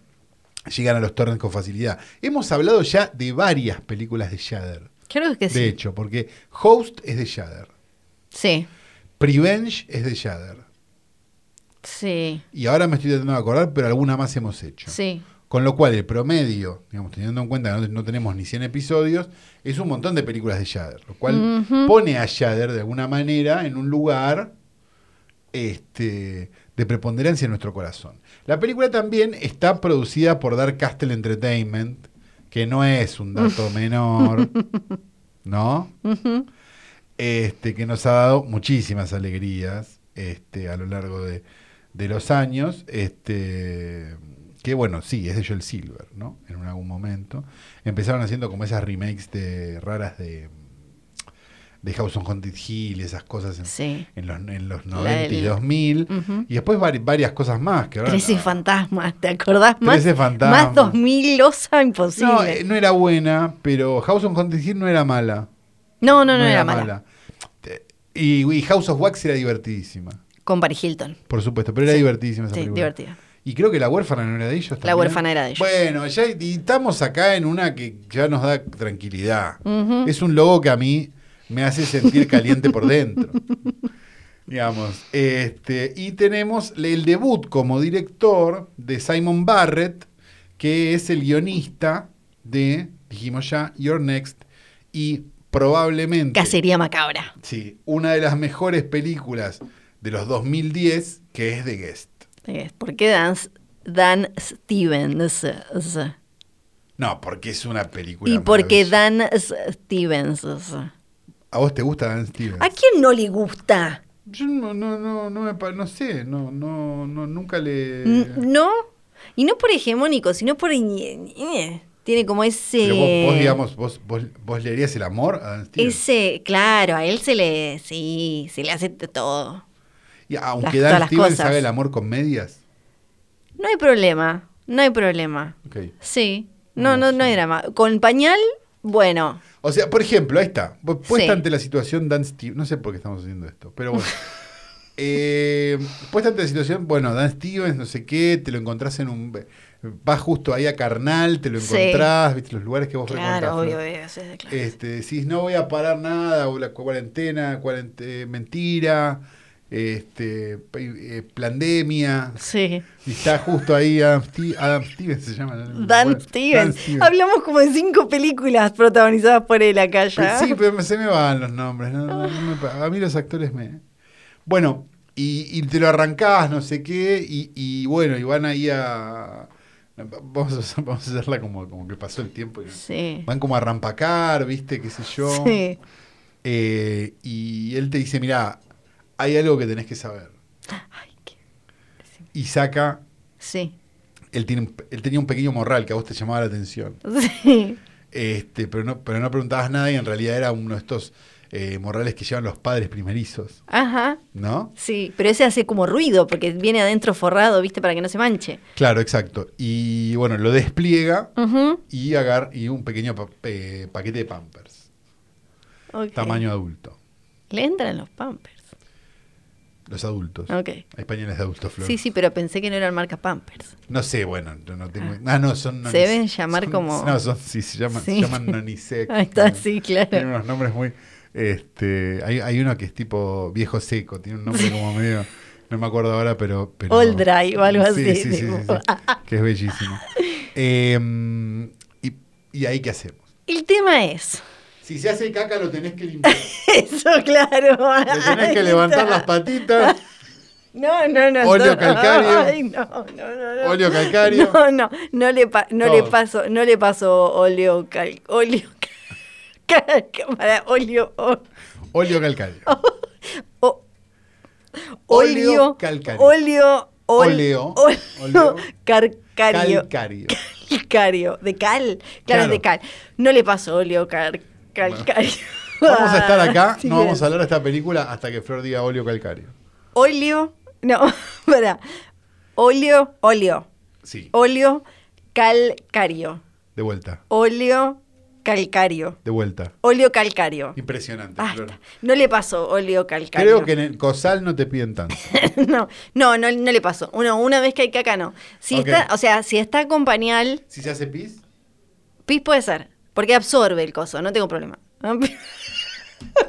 Speaker 3: llegan a los torrents con facilidad. Hemos hablado ya de varias películas de Shudder.
Speaker 2: Creo que
Speaker 3: De
Speaker 2: Eh, sí.
Speaker 3: hecho, porque Host es de Shudder,
Speaker 2: Sí,
Speaker 3: Prevenge es de Shudder.
Speaker 2: sí,
Speaker 3: Y ahora me estoy tratando de acordar, pero alguna más hemos hecho.
Speaker 2: sí.
Speaker 3: Con lo cual, el promedio, digamos, teniendo en cuenta que no, no tenemos ni 100 episodios, es un montón de películas de Shudder, lo cual
Speaker 2: Ujú.
Speaker 3: pone a Shudder de alguna manera en un lugar este, de preponderancia en nuestro corazón. La película también está producida por Dark Castle Entertainment, que no es un dato menor, ¿no?
Speaker 2: Ujú.
Speaker 3: este, que nos ha dado muchísimas alegrías este, a lo largo de, de los años. Este, que bueno, sí, es de Joel Silver, ¿no? En un- algún momento. Empezaron haciendo como esas remakes de raras de, de House on Haunted Hill, esas cosas en,
Speaker 2: Sí.
Speaker 3: en los, en los
Speaker 2: La
Speaker 3: 90 y
Speaker 2: del-
Speaker 3: 2000.
Speaker 2: Ujú.
Speaker 3: Y después vari- varias cosas más. Que ahora,
Speaker 2: Trece fantasmas, ¿te acordás más?
Speaker 3: Trece fantasmas.
Speaker 2: Más 2000 losa imposible.
Speaker 3: no, eh, no era buena, pero House on Haunted Hill no era mala.
Speaker 2: no, no, no, era, mala.
Speaker 3: Te- Y, y House of Wax era divertidísima.
Speaker 2: Con Paris Hilton.
Speaker 3: Por supuesto, pero era
Speaker 2: Sí,
Speaker 3: divertidísima esa
Speaker 2: Sí,
Speaker 3: película.
Speaker 2: divertida.
Speaker 3: Y creo que La huérfana no era de ellos también.
Speaker 2: huérfana era de ellos.
Speaker 3: Bueno, ya y estamos acá en una que ya nos da tranquilidad.
Speaker 2: Ujú.
Speaker 3: Es un logo que a mí me hace sentir caliente por dentro. Digamos, este, y tenemos el debut como director de Simon Barrett, que es el guionista de, dijimos ya, Your Next y probablemente...
Speaker 2: Cacería macabra.
Speaker 3: Sí, una de las mejores películas de los 2010, que es The Guest.
Speaker 2: Eh, ¿Por qué Dan, Dan Stevens? S-
Speaker 3: No, porque es una película.
Speaker 2: Y porque
Speaker 3: maravillosa.
Speaker 2: Dan S- Stevens. S-
Speaker 3: ¿A vos te gusta Dan Stevens?
Speaker 2: ¿A quién no le gusta?
Speaker 3: Yo no, no, no, no, me pa- no sé, no, no, no, nunca le.
Speaker 2: N- ¿No? Y no por hegemónico, sino por... ñe- ñe. Tiene como ese...
Speaker 3: Pero vos, vos, digamos, vos, vos, vos le harías el amor a Dan Stevens.
Speaker 2: Ese, claro, a él se le... Sí, se le hace de todo.
Speaker 3: Y
Speaker 2: las-
Speaker 3: aunque
Speaker 2: todas
Speaker 3: Dan
Speaker 2: las
Speaker 3: Stevens
Speaker 2: cosas.
Speaker 3: haga el amor con medias.
Speaker 2: No hay problema, no hay problema.
Speaker 3: ok.
Speaker 2: Sí, no, no, no hay drama. Con pañal, bueno.
Speaker 3: O sea, por ejemplo, ahí está. Pu- Puesta
Speaker 2: Sí.
Speaker 3: ante la situación Dan Stevens. No sé por qué estamos haciendo esto, pero bueno. Eh, puesta ante la situación, bueno, Dan Stevens, no sé qué, te lo encontrás en un. Vas justo ahí a Carnal, te lo
Speaker 2: Sí.
Speaker 3: encontrás, viste los lugares que vos
Speaker 2: Claro,
Speaker 3: frecuentás,
Speaker 2: obvio,
Speaker 3: ¿no?
Speaker 2: obvio, sí, sí, claro.
Speaker 3: Este, decís, no voy a parar nada, o la cuarentena, cuarente- mentira, este, pe- eh, pandemia.
Speaker 2: Sí.
Speaker 3: Y está justo ahí Adam, Ste- Adam Stevens, se llama. ¿no?
Speaker 2: Dan
Speaker 3: Bueno,
Speaker 2: Stevens.
Speaker 3: Dan Stevens.
Speaker 2: Hablamos como de cinco películas protagonizadas por él acá
Speaker 3: Pero
Speaker 2: ya.
Speaker 3: sí, pero me- se me van los nombres. no- no- no me pa- a mí los actores me. Bueno, y, y te lo arrancás, no sé qué, y, y bueno, y van ahí a. Vamos a, hacer- vamos a hacerla como, como que pasó el tiempo. y
Speaker 2: Sí.
Speaker 3: Van como a rampacar, ¿viste? ¿Qué sé yo?
Speaker 2: Sí.
Speaker 3: Eh, y él te dice, mirá, hay algo que tenés que saber.
Speaker 2: Ay, qué-
Speaker 3: Y saca,
Speaker 2: sí.
Speaker 3: él, tiene un- él tenía un pequeño morral que a vos te llamaba la atención.
Speaker 2: Sí.
Speaker 3: Este, pero, no, pero no preguntabas nada y en realidad era uno de estos eh, morrales que llevan los padres primerizos,
Speaker 2: Ajá.
Speaker 3: ¿no?
Speaker 2: Sí, pero ese hace como ruido porque viene adentro forrado, ¿viste? Para que no se manche.
Speaker 3: Claro, exacto. Y bueno, lo despliega
Speaker 2: Ujú,
Speaker 3: y agar y un pequeño pa- eh, paquete de pampers,
Speaker 2: ok.
Speaker 3: tamaño adulto.
Speaker 2: Le entran los pampers.
Speaker 3: Los adultos.
Speaker 2: Ok.
Speaker 3: Hay pañales de adultos, Flor.
Speaker 2: Sí, sí, pero pensé que no eran marca pampers.
Speaker 3: No sé, bueno, yo no tengo. Ah, no,
Speaker 2: Se
Speaker 3: son. nonis-
Speaker 2: deben llamar
Speaker 3: son-
Speaker 2: como-
Speaker 3: No, son, sí, se llaman,
Speaker 2: Sí.
Speaker 3: se llaman Nonisec.
Speaker 2: Ahí está, sí, claro.
Speaker 3: Tienen unos nombres muy. Este, hay, hay uno que es tipo viejo seco, tiene un nombre como medio. No me acuerdo ahora, pero. pero
Speaker 2: Old Dry o algo
Speaker 3: Sí,
Speaker 2: así,
Speaker 3: sí, sí, sí,
Speaker 2: tipo.
Speaker 3: sí, que es bellísimo. Eh, y, ¿Y ahí qué hacemos?
Speaker 2: El tema es.
Speaker 3: Si se hace caca, lo tenés que limpiar.
Speaker 2: Eso, claro.
Speaker 3: Le tenés
Speaker 2: Ahí
Speaker 3: que levantar las
Speaker 2: está.
Speaker 3: patitas.
Speaker 2: No, no, no.
Speaker 3: Óleo
Speaker 2: no,
Speaker 3: calcáreo.
Speaker 2: Ay, no, no, no, no.
Speaker 3: Óleo calcáreo.
Speaker 2: No, no, no le, pa- no le
Speaker 3: Todo.
Speaker 2: paso, no le paso óleo cal, óleo cal, cal- para óleo, o-
Speaker 3: Óleo calcáreo.
Speaker 2: o-
Speaker 3: Óleo
Speaker 2: óleo,
Speaker 3: calcáreo.
Speaker 2: óleo, ol-
Speaker 3: Óleo. Óleo.
Speaker 2: óleo, calcario,
Speaker 3: Calcario.
Speaker 2: calcario, de cal, claro,
Speaker 3: Claro.
Speaker 2: de cal. No le paso óleo cal, calcario.
Speaker 3: Vamos a estar acá,
Speaker 2: Así
Speaker 3: no vamos
Speaker 2: Ah, es.
Speaker 3: a hablar de esta película hasta que Flor diga óleo calcáreo.
Speaker 2: Óleo, no, para, óleo, óleo.
Speaker 3: Sí.
Speaker 2: óleo calcario.
Speaker 3: De vuelta,
Speaker 2: Óleo calcario.
Speaker 3: de vuelta.
Speaker 2: Óleo calcario.
Speaker 3: Impresionante.
Speaker 2: Basta.
Speaker 3: Flor.
Speaker 2: No le pasó óleo calcario.
Speaker 3: Creo que en el COSAL no te piden tanto.
Speaker 2: no, no, no, no le pasó. Uno, una vez que hay caca, no. Si
Speaker 3: Ok.
Speaker 2: está, o sea, si está con pañal,
Speaker 3: Si se hace pis,
Speaker 2: pis puede ser, porque absorbe el coso, no tengo problema.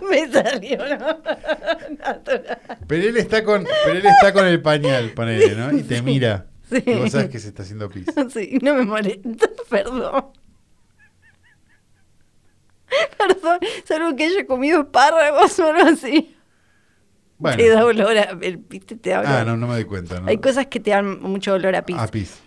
Speaker 2: Me salió, ¿no? Natural.
Speaker 3: pero él está con, pero él está con el pañal, ponele, ¿no? Y te mira.
Speaker 2: sí.
Speaker 3: Y vos sabes que se está haciendo pis.
Speaker 2: Sí, no me molesta, perdón. Perdón, salvo que haya comido espárragos o algo así. Te da
Speaker 3: Bueno.
Speaker 2: olor a. El pis te da olor.
Speaker 3: Ah, no, no me doy cuenta, ¿no?
Speaker 2: Hay cosas que te dan mucho olor a pis.
Speaker 3: A pis.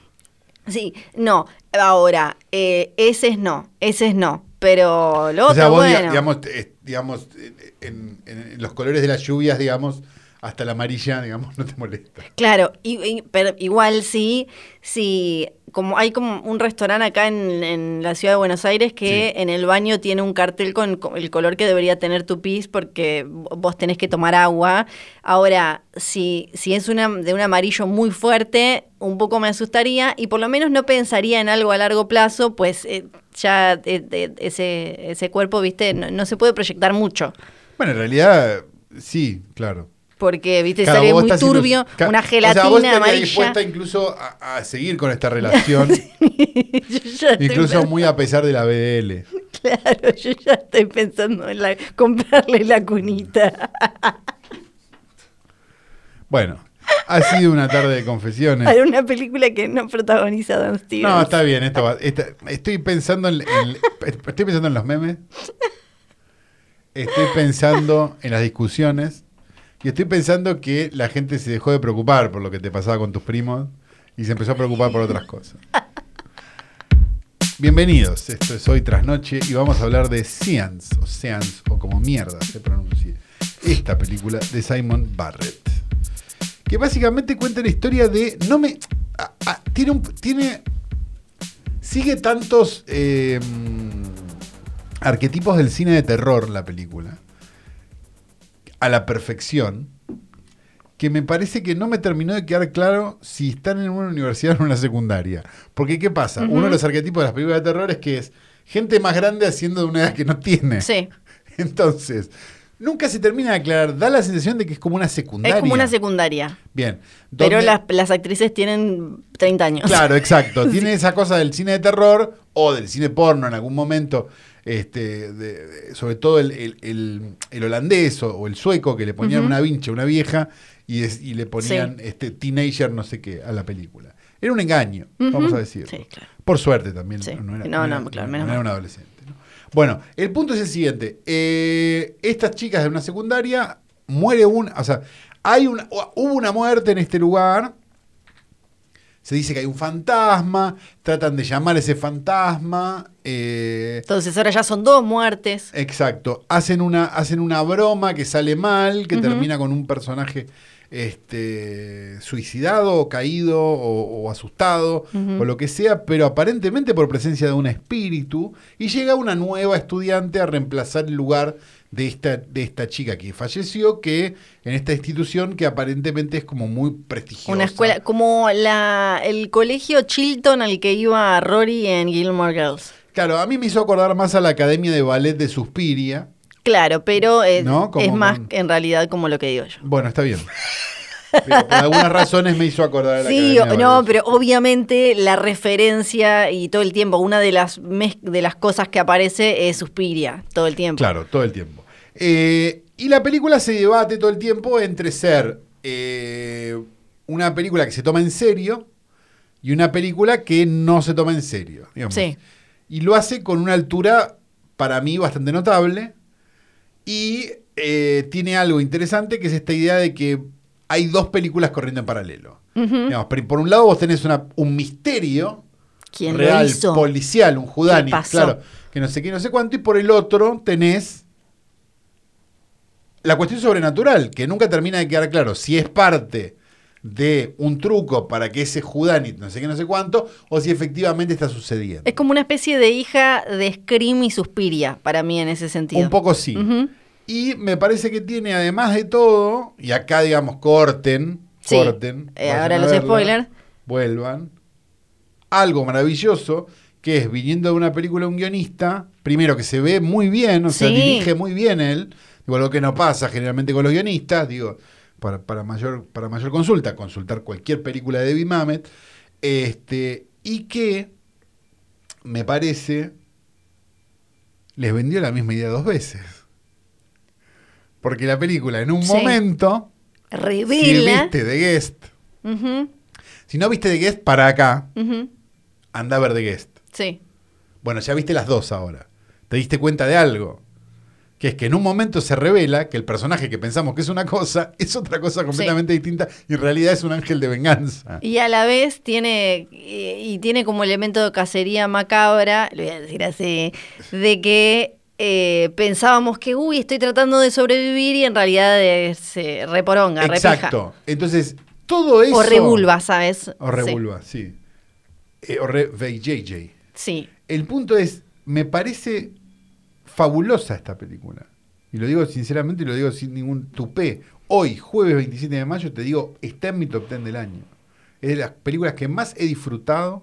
Speaker 2: Sí, no. Ahora, eh, ese es no, ese es no. Pero lo
Speaker 3: O sea,
Speaker 2: otro,
Speaker 3: vos, diga-
Speaker 2: bueno.
Speaker 3: digamos, eh, digamos eh, en, en los colores de las lluvias, digamos, hasta la amarilla, digamos, no te molesta.
Speaker 2: Claro, y, y- pero igual sí, sí, como hay como un restaurante acá en, en la ciudad de Buenos Aires que en el baño tiene un cartel con co- el color que debería tener tu pis porque vo- vos tenés que tomar agua. Ahora, si, si es una, de un amarillo muy fuerte, un poco me asustaría y por lo menos no pensaría en algo a largo plazo, pues eh, ya eh, eh, ese, ese cuerpo, viste, no, no se puede proyectar mucho.
Speaker 3: Bueno, en realidad, sí, claro.
Speaker 2: Porque, viste,
Speaker 3: Claro,
Speaker 2: sale
Speaker 3: vos
Speaker 2: muy
Speaker 3: estás siendo-
Speaker 2: turbio,
Speaker 3: ca-
Speaker 2: una
Speaker 3: o
Speaker 2: gelatina
Speaker 3: sea, vos estarías
Speaker 2: amarilla.
Speaker 3: dispuesta incluso a, a seguir con esta relación,
Speaker 2: Yo ya estoy
Speaker 3: incluso muy a pesar de la BDL.
Speaker 2: Claro, yo ya estoy pensando en la- comprarle la cunita.
Speaker 3: Bueno, ha sido una tarde de confesiones.
Speaker 2: Hay una película que no protagoniza Dan Stevens.
Speaker 3: No, está bien, esto va- esta- estoy pensando en, en- estoy pensando en los memes. Estoy pensando en las discusiones y estoy pensando que la gente se dejó de preocupar por lo que te pasaba con tus primos y se empezó a preocupar por otras cosas. Bienvenidos, esto es Hoy Tras Noche y vamos a hablar de Seance o Seance o como mierda se pronuncie esta película de Simon Barrett que básicamente cuenta la historia de no me a- a- tiene un, tiene sigue tantos eh, arquetipos del cine de terror la película a la perfección que me parece que no me terminó de quedar claro si están en una universidad o en una secundaria. Porque, ¿qué pasa? Uno de los arquetipos de las películas de terror es que es gente más grande haciendo de una edad que no tiene.
Speaker 2: Sí,
Speaker 3: Entonces, nunca se termina de aclarar. Da la sensación de que es como una
Speaker 2: es
Speaker 3: secundaria.
Speaker 2: como una secundaria.
Speaker 3: Bien.
Speaker 2: Pero
Speaker 3: Donde-
Speaker 2: las, las actrices tienen 30 años.
Speaker 3: Claro, exacto. Tiene esa cosa del cine de terror o del cine porno en algún momento. Este, de- de- sobre todo el, el- el- el holandés o, o el sueco que le ponían
Speaker 2: Ujú.
Speaker 3: una vincha, una vieja, y, es- y le ponían este teenager no sé qué a la película. Era un engaño,
Speaker 2: Ujú.
Speaker 3: vamos a decirlo.
Speaker 2: Sí, claro.
Speaker 3: Por suerte también.
Speaker 2: Sí.
Speaker 3: No, era,
Speaker 2: No,
Speaker 3: no era-
Speaker 2: no, claro,
Speaker 3: no
Speaker 2: menos
Speaker 3: era
Speaker 2: mal.
Speaker 3: un adolescente. ¿no? Bueno, el punto es el siguiente. Eh, estas chicas de una secundaria muere un, o sea, hay una, hubo una muerte en este lugar. Se dice que hay un fantasma, tratan de llamar a ese fantasma. eh,
Speaker 2: Entonces ahora ya son dos muertes.
Speaker 3: Exacto. Hacen una, hacen una broma que sale mal, que
Speaker 2: Ujú.
Speaker 3: termina con un personaje este, suicidado, o caído, o, o asustado,
Speaker 2: Ujú.
Speaker 3: o lo que sea, pero aparentemente por presencia de un espíritu, y llega una nueva estudiante a reemplazar el lugar de esta, de esta chica que falleció, que en esta institución que aparentemente es como muy prestigiosa.
Speaker 2: Una escuela, como la, el colegio Chilton al que iba Rory en Gilmore Girls.
Speaker 3: Claro, a mí me hizo acordar más a la Academia de Ballet de Suspiria.
Speaker 2: Claro, pero es,
Speaker 3: No, como
Speaker 2: es más
Speaker 3: con-
Speaker 2: en realidad como lo que digo yo.
Speaker 3: Bueno, está bien. Pero por algunas razones me hizo acordar a la
Speaker 2: Sí,
Speaker 3: Academia de
Speaker 2: o- no,
Speaker 3: Valores.
Speaker 2: pero obviamente la referencia y todo el tiempo, una de las mez- de las cosas que aparece es Suspiria, todo el tiempo.
Speaker 3: Claro, todo el tiempo. Eh, y la película se debate todo el tiempo entre ser eh, una película que se toma en serio y una película que no se toma en serio. digamos.
Speaker 2: Sí.
Speaker 3: Y lo hace con una altura, para mí, bastante notable. Y eh, tiene algo interesante, que es esta idea de que hay dos películas corriendo en paralelo.
Speaker 2: Ujú.
Speaker 3: Digamos, por- por un lado vos tenés una- un misterio
Speaker 2: ¿Quién
Speaker 3: real,
Speaker 2: lo hizo?
Speaker 3: policial, un
Speaker 2: ¿Qué
Speaker 3: Judani,
Speaker 2: pasó?
Speaker 3: claro, que no sé qué, no sé cuánto, y por el otro tenés la cuestión sobrenatural, que nunca termina de quedar claro si es parte de un truco para que ese Judani, no sé qué, no sé cuánto, o si efectivamente está sucediendo.
Speaker 2: Es como una especie de hija de Scream y Suspiria, para mí en ese sentido.
Speaker 3: Un poco sí.
Speaker 2: Ujú.
Speaker 3: Y me parece que tiene, además de todo, y acá digamos, corten,
Speaker 2: Sí.
Speaker 3: corten.
Speaker 2: Eh,
Speaker 3: vayan
Speaker 2: ahora
Speaker 3: a
Speaker 2: los
Speaker 3: verla,
Speaker 2: spoilers.
Speaker 3: Vuelvan. Algo maravilloso, que es viniendo de una película un guionista, primero que se ve muy bien, o sea,
Speaker 2: Sí.
Speaker 3: dirige muy bien él, digo, lo que no pasa generalmente con los guionistas, digo, para, para mayor, para mayor consulta, consultar cualquier película de Debbie Mamet, este, y que me parece les vendió la misma idea dos veces. Porque la película en un
Speaker 2: Sí.
Speaker 3: momento, si
Speaker 2: Revela.
Speaker 3: viste The Guest,
Speaker 2: Ujú,
Speaker 3: si no viste The Guest, para acá,
Speaker 2: ujú,
Speaker 3: anda a ver The Guest.
Speaker 2: Sí.
Speaker 3: Bueno, ya viste las dos ahora. Te diste cuenta de algo. Que es que en un momento se revela que el personaje que pensamos que es una cosa es otra cosa completamente distinta y en realidad es un ángel de venganza.
Speaker 2: Y a la vez tiene y, y tiene como elemento de cacería macabra, lo voy a decir así, de que eh, pensábamos que uy estoy tratando de sobrevivir y en realidad es se reporonga,
Speaker 3: Exacto. Entonces, todo eso.
Speaker 2: repeja. O revulva, ¿sabes?
Speaker 3: O revulva, sí. Eh, o re- ve- JJ.
Speaker 2: Sí. sí.
Speaker 3: El punto es, me parece fabulosa esta película. Y lo digo sinceramente y lo digo sin ningún tupé. Hoy, jueves 27 de mayo, te digo, está en mi top 10 del año. Es de las películas que más he disfrutado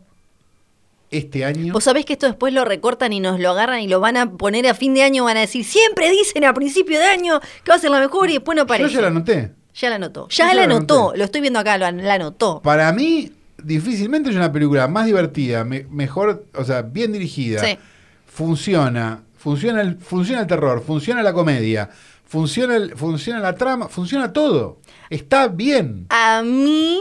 Speaker 3: este año.
Speaker 2: Vos sabés que esto después lo recortan y nos lo agarran y lo van a poner a fin de año, van a decir, siempre dicen a principio de año que va a ser la mejor y después no
Speaker 3: Yo
Speaker 2: aparece.
Speaker 3: ya la anoté.
Speaker 2: Ya la anotó. Ya
Speaker 3: Yo
Speaker 2: la
Speaker 3: ya la
Speaker 2: anotó.
Speaker 3: anoté.
Speaker 2: Lo estoy viendo acá, lo an- la anotó.
Speaker 3: Para mí, difícilmente es una película más divertida, me- mejor, o sea, bien dirigida.
Speaker 2: Sí.
Speaker 3: Funciona, funciona el, funciona el terror, funciona la comedia, funciona, el- funciona la trama, funciona todo. Está bien.
Speaker 2: A mí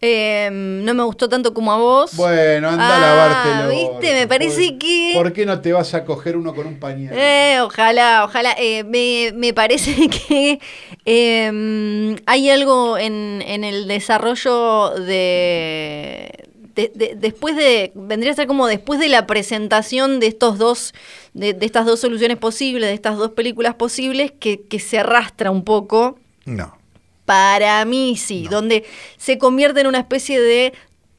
Speaker 2: em, no me gustó tanto como a vos.
Speaker 3: Bueno, anda
Speaker 2: Ah,
Speaker 3: a lavártelo.
Speaker 2: ¿viste? Me parece
Speaker 3: ¿Por-
Speaker 2: que-
Speaker 3: ¿Por qué no te vas a coger uno con un pañuelo?
Speaker 2: Eh, ojalá, ojalá. Eh, me, me parece que em, hay algo en, en el desarrollo de, de- de- Después de. Vendría a ser como después de la presentación de estos dos. De, de estas dos soluciones posibles, de estas dos películas posibles, que, que se arrastra un poco.
Speaker 3: No.
Speaker 2: Para mí sí, donde se convierte en una especie de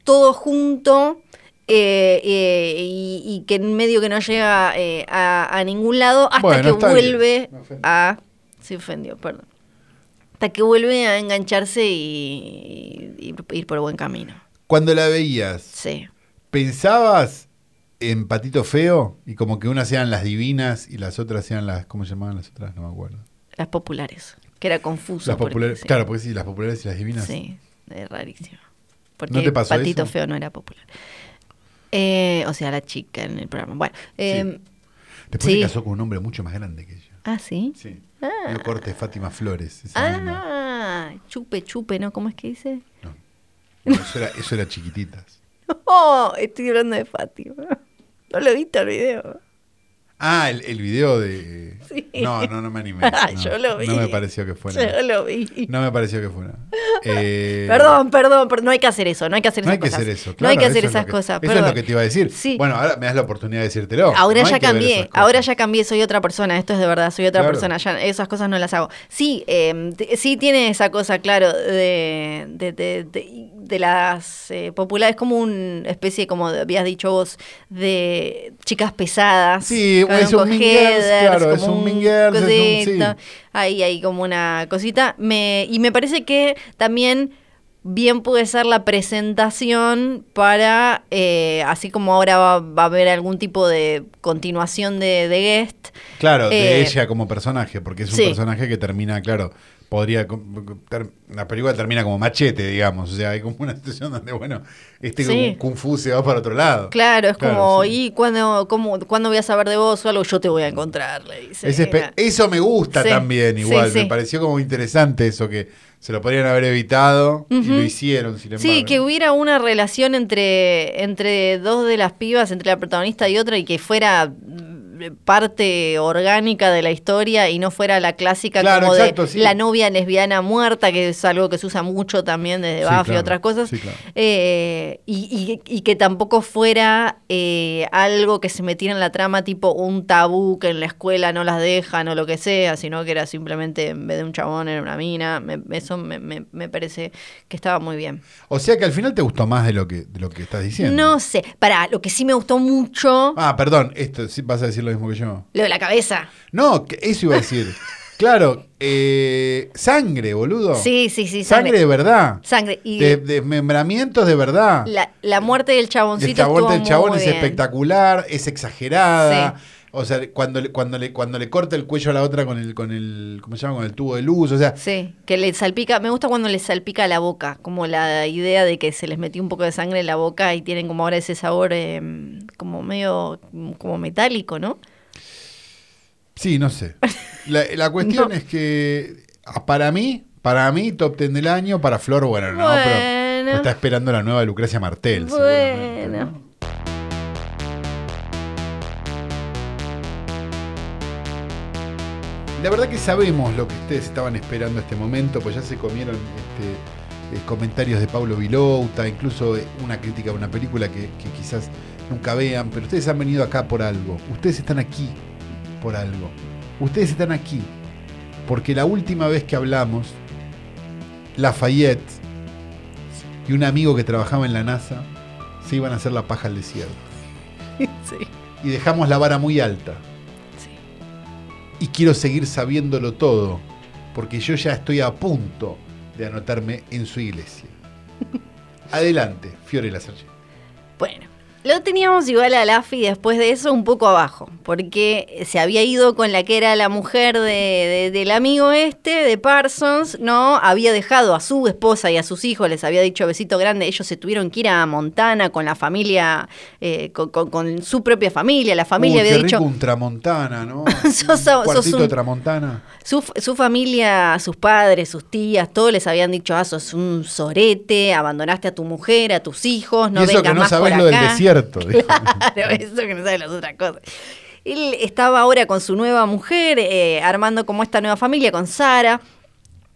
Speaker 2: todo junto eh, eh, y, y que en medio que no llega eh, a, a ningún lado hasta
Speaker 3: Bueno,
Speaker 2: que
Speaker 3: está
Speaker 2: vuelve
Speaker 3: bien, me ofendí.
Speaker 2: a... Se ofendió, perdón. Hasta que vuelve a engancharse y, y- y ir por buen camino.
Speaker 3: Cuando la veías,
Speaker 2: Sí.
Speaker 3: ¿pensabas en Patito Feo? Y como que unas eran las divinas y las otras eran las. ¿Cómo se llamaban las otras? No me acuerdo.
Speaker 2: Las populares, que era confuso.
Speaker 3: Las
Speaker 2: porque-
Speaker 3: populares.
Speaker 2: sí.
Speaker 3: Claro, porque sí, las populares y las divinas.
Speaker 2: Sí, es rarísimo. Porque
Speaker 3: ¿No te pasó
Speaker 2: Patito
Speaker 3: eso?
Speaker 2: Feo no era popular. Eh, o sea, la chica en el programa. Bueno, em,
Speaker 3: Después
Speaker 2: sí.
Speaker 3: se casó con un hombre mucho más grande que ella.
Speaker 2: ah, sí.
Speaker 3: Sí.
Speaker 2: Ah.
Speaker 3: Dio corte de Fátima Flores. esa misma.
Speaker 2: Ah, chupe, chupe, ¿no? ¿Cómo es que dice?
Speaker 3: No. Bueno, eso, era, eso era chiquititas.
Speaker 2: Oh, estoy hablando de Fátima. No lo he visto el video.
Speaker 3: Ah, el, el video de.
Speaker 2: Sí.
Speaker 3: No, no, no me animé.
Speaker 2: Ah,
Speaker 3: No,
Speaker 2: yo lo vi.
Speaker 3: No me pareció que fuera.
Speaker 2: Yo lo vi.
Speaker 3: No me pareció que fuera. Eh,
Speaker 2: Perdón, perdón, pero no hay que hacer eso, no hay que hacer
Speaker 3: No hay
Speaker 2: esas
Speaker 3: que
Speaker 2: cosas.
Speaker 3: hacer eso.
Speaker 2: no hay
Speaker 3: claro,
Speaker 2: que hacer
Speaker 3: eso es lo
Speaker 2: esas cosas.
Speaker 3: Eso es
Speaker 2: perdón.
Speaker 3: lo que te iba a decir.
Speaker 2: Sí.
Speaker 3: Bueno, ahora me das la oportunidad de decírtelo.
Speaker 2: Ahora
Speaker 3: No hay
Speaker 2: ya
Speaker 3: que ver
Speaker 2: cambié,
Speaker 3: esas cosas.
Speaker 2: ahora ya cambié, soy otra persona, esto es de verdad, soy otra
Speaker 3: Claro.
Speaker 2: persona, ya esas cosas no las hago. Sí, eh, t- sí tiene esa cosa, claro, de, de, de- de- de las eh, populares, como una especie, como habías dicho vos, de chicas pesadas.
Speaker 3: Sí,
Speaker 2: con
Speaker 3: es un Mean Girls,
Speaker 2: cogeders,
Speaker 3: claro, es
Speaker 2: como
Speaker 3: un Mean Girls, es un- sí.
Speaker 2: cosito, Ahí hay como una cosita. Me, y me parece que también bien puede ser la presentación para, eh, así como ahora va, va a haber algún tipo de continuación de, de guest.
Speaker 3: Claro, de
Speaker 2: Eh,
Speaker 3: ella como personaje, porque es un
Speaker 2: sí.
Speaker 3: personaje que termina, claro, podría. com- ter- La película termina como machete, digamos. O sea, hay como una situación donde, bueno, este
Speaker 2: Sí.
Speaker 3: Kung Fu se va para otro lado.
Speaker 2: Claro, es como,
Speaker 3: sí.
Speaker 2: ¿y cuándo, cómo, cuándo voy a saber de vos o algo? Yo te voy a encontrar, le dice.
Speaker 3: Ese espe- eso me gusta
Speaker 2: Sí,
Speaker 3: también,
Speaker 2: sí,
Speaker 3: igual.
Speaker 2: sí.
Speaker 3: Me pareció como interesante eso, que se lo podrían haber evitado y
Speaker 2: Ujú.
Speaker 3: lo hicieron, sin embargo.
Speaker 2: Sí, que hubiera una relación entre, entre dos de las pibas, entre la protagonista y otra, y que fuera mm, parte orgánica de la historia y no fuera la clásica
Speaker 3: Claro,
Speaker 2: como
Speaker 3: exacto,
Speaker 2: de
Speaker 3: sí.
Speaker 2: la novia lesbiana muerta, que es algo que se usa mucho también desde
Speaker 3: Sí,
Speaker 2: Buffy y
Speaker 3: claro,
Speaker 2: otras cosas.
Speaker 3: sí, claro.
Speaker 2: Eh, y, y- y que tampoco fuera eh, algo que se metiera en la trama, tipo un tabú que en la escuela no las dejan o lo que sea, sino que era simplemente en vez de un chabón era una mina. Me- eso me- me- me parece que estaba muy bien.
Speaker 3: O sea que al final te gustó más de lo que, de lo que estás diciendo.
Speaker 2: No sé. Pará, lo que sí me gustó mucho.
Speaker 3: Ah, perdón, esto sí vas a decir lo mismo que yo.
Speaker 2: Lo de la cabeza.
Speaker 3: No, que eso iba a decir. Claro, eh, sangre, boludo.
Speaker 2: Sí, sí, sí.
Speaker 3: sangre. de verdad.
Speaker 2: Sangre. Y
Speaker 3: Oh. De, desmembramientos de verdad.
Speaker 2: la, la muerte del chaboncito.
Speaker 3: El chabón
Speaker 2: estuvo
Speaker 3: del
Speaker 2: muy
Speaker 3: chabón es
Speaker 2: bien.
Speaker 3: espectacular, es exagerada. O sea, cuando le, cuando le, cuando le corta el cuello a la otra con el, con el, ¿cómo se llama? Con el tubo de luz. O sea,
Speaker 2: Sí, que le salpica, me gusta cuando le salpica la boca, como la idea de que se les metió un poco de sangre en la boca y tienen como ahora ese sabor eh, como medio mm, como metálico, ¿no?
Speaker 3: sí, no sé. La, la cuestión
Speaker 2: No.
Speaker 3: es que ah, para mí, para mí, top ten del año, para Flor, bueno, no, pero
Speaker 2: Bueno.
Speaker 3: está esperando la nueva de Lucrecia Martel. seguramente,
Speaker 2: Bueno.
Speaker 3: ¿no? La verdad que sabemos lo que ustedes estaban esperando este momento, pues ya se comieron este, eh, comentarios de Pablo Vilouta, incluso eh, una crítica a una película que, que quizás nunca vean, pero ustedes han venido acá por algo, ustedes están aquí por algo, ustedes están aquí porque la última vez que hablamos, Lafayette y un amigo que trabajaba en la NASA se iban a hacer la paja al desierto
Speaker 2: sí,
Speaker 3: y dejamos la vara muy alta
Speaker 2: sí.
Speaker 3: y quiero seguir sabiéndolo todo, porque yo ya estoy a punto de anotarme en su iglesia. Adelante, Fiorella Sergi.
Speaker 2: Bueno, lo teníamos igual a Laffy después de eso un poco abajo, porque se había ido con la que era la mujer de- de- del amigo este, de Parsons, ¿no? Había dejado a su esposa y a sus hijos, les había dicho besito grande, ellos se tuvieron que ir a Montana con la familia, eh, con, con- con su propia familia, la familia
Speaker 3: Uy, qué
Speaker 2: había
Speaker 3: rico
Speaker 2: dicho...
Speaker 3: un tramontana, ¿no?
Speaker 2: Sos- sos
Speaker 3: un cuartito de
Speaker 2: un-
Speaker 3: tramontana.
Speaker 2: Su, f- su familia, sus padres, sus tías, todos les habían dicho, ah, sos un sorete, abandonaste a tu mujer, a tus hijos, no
Speaker 3: y eso
Speaker 2: vengas
Speaker 3: que no
Speaker 2: más
Speaker 3: sabés
Speaker 2: por
Speaker 3: lo del
Speaker 2: acá".
Speaker 3: desierto. dijo.
Speaker 2: Claro, eso que no sabe las otras cosas. Él estaba ahora con su nueva mujer, eh, armando como esta nueva familia con Sara.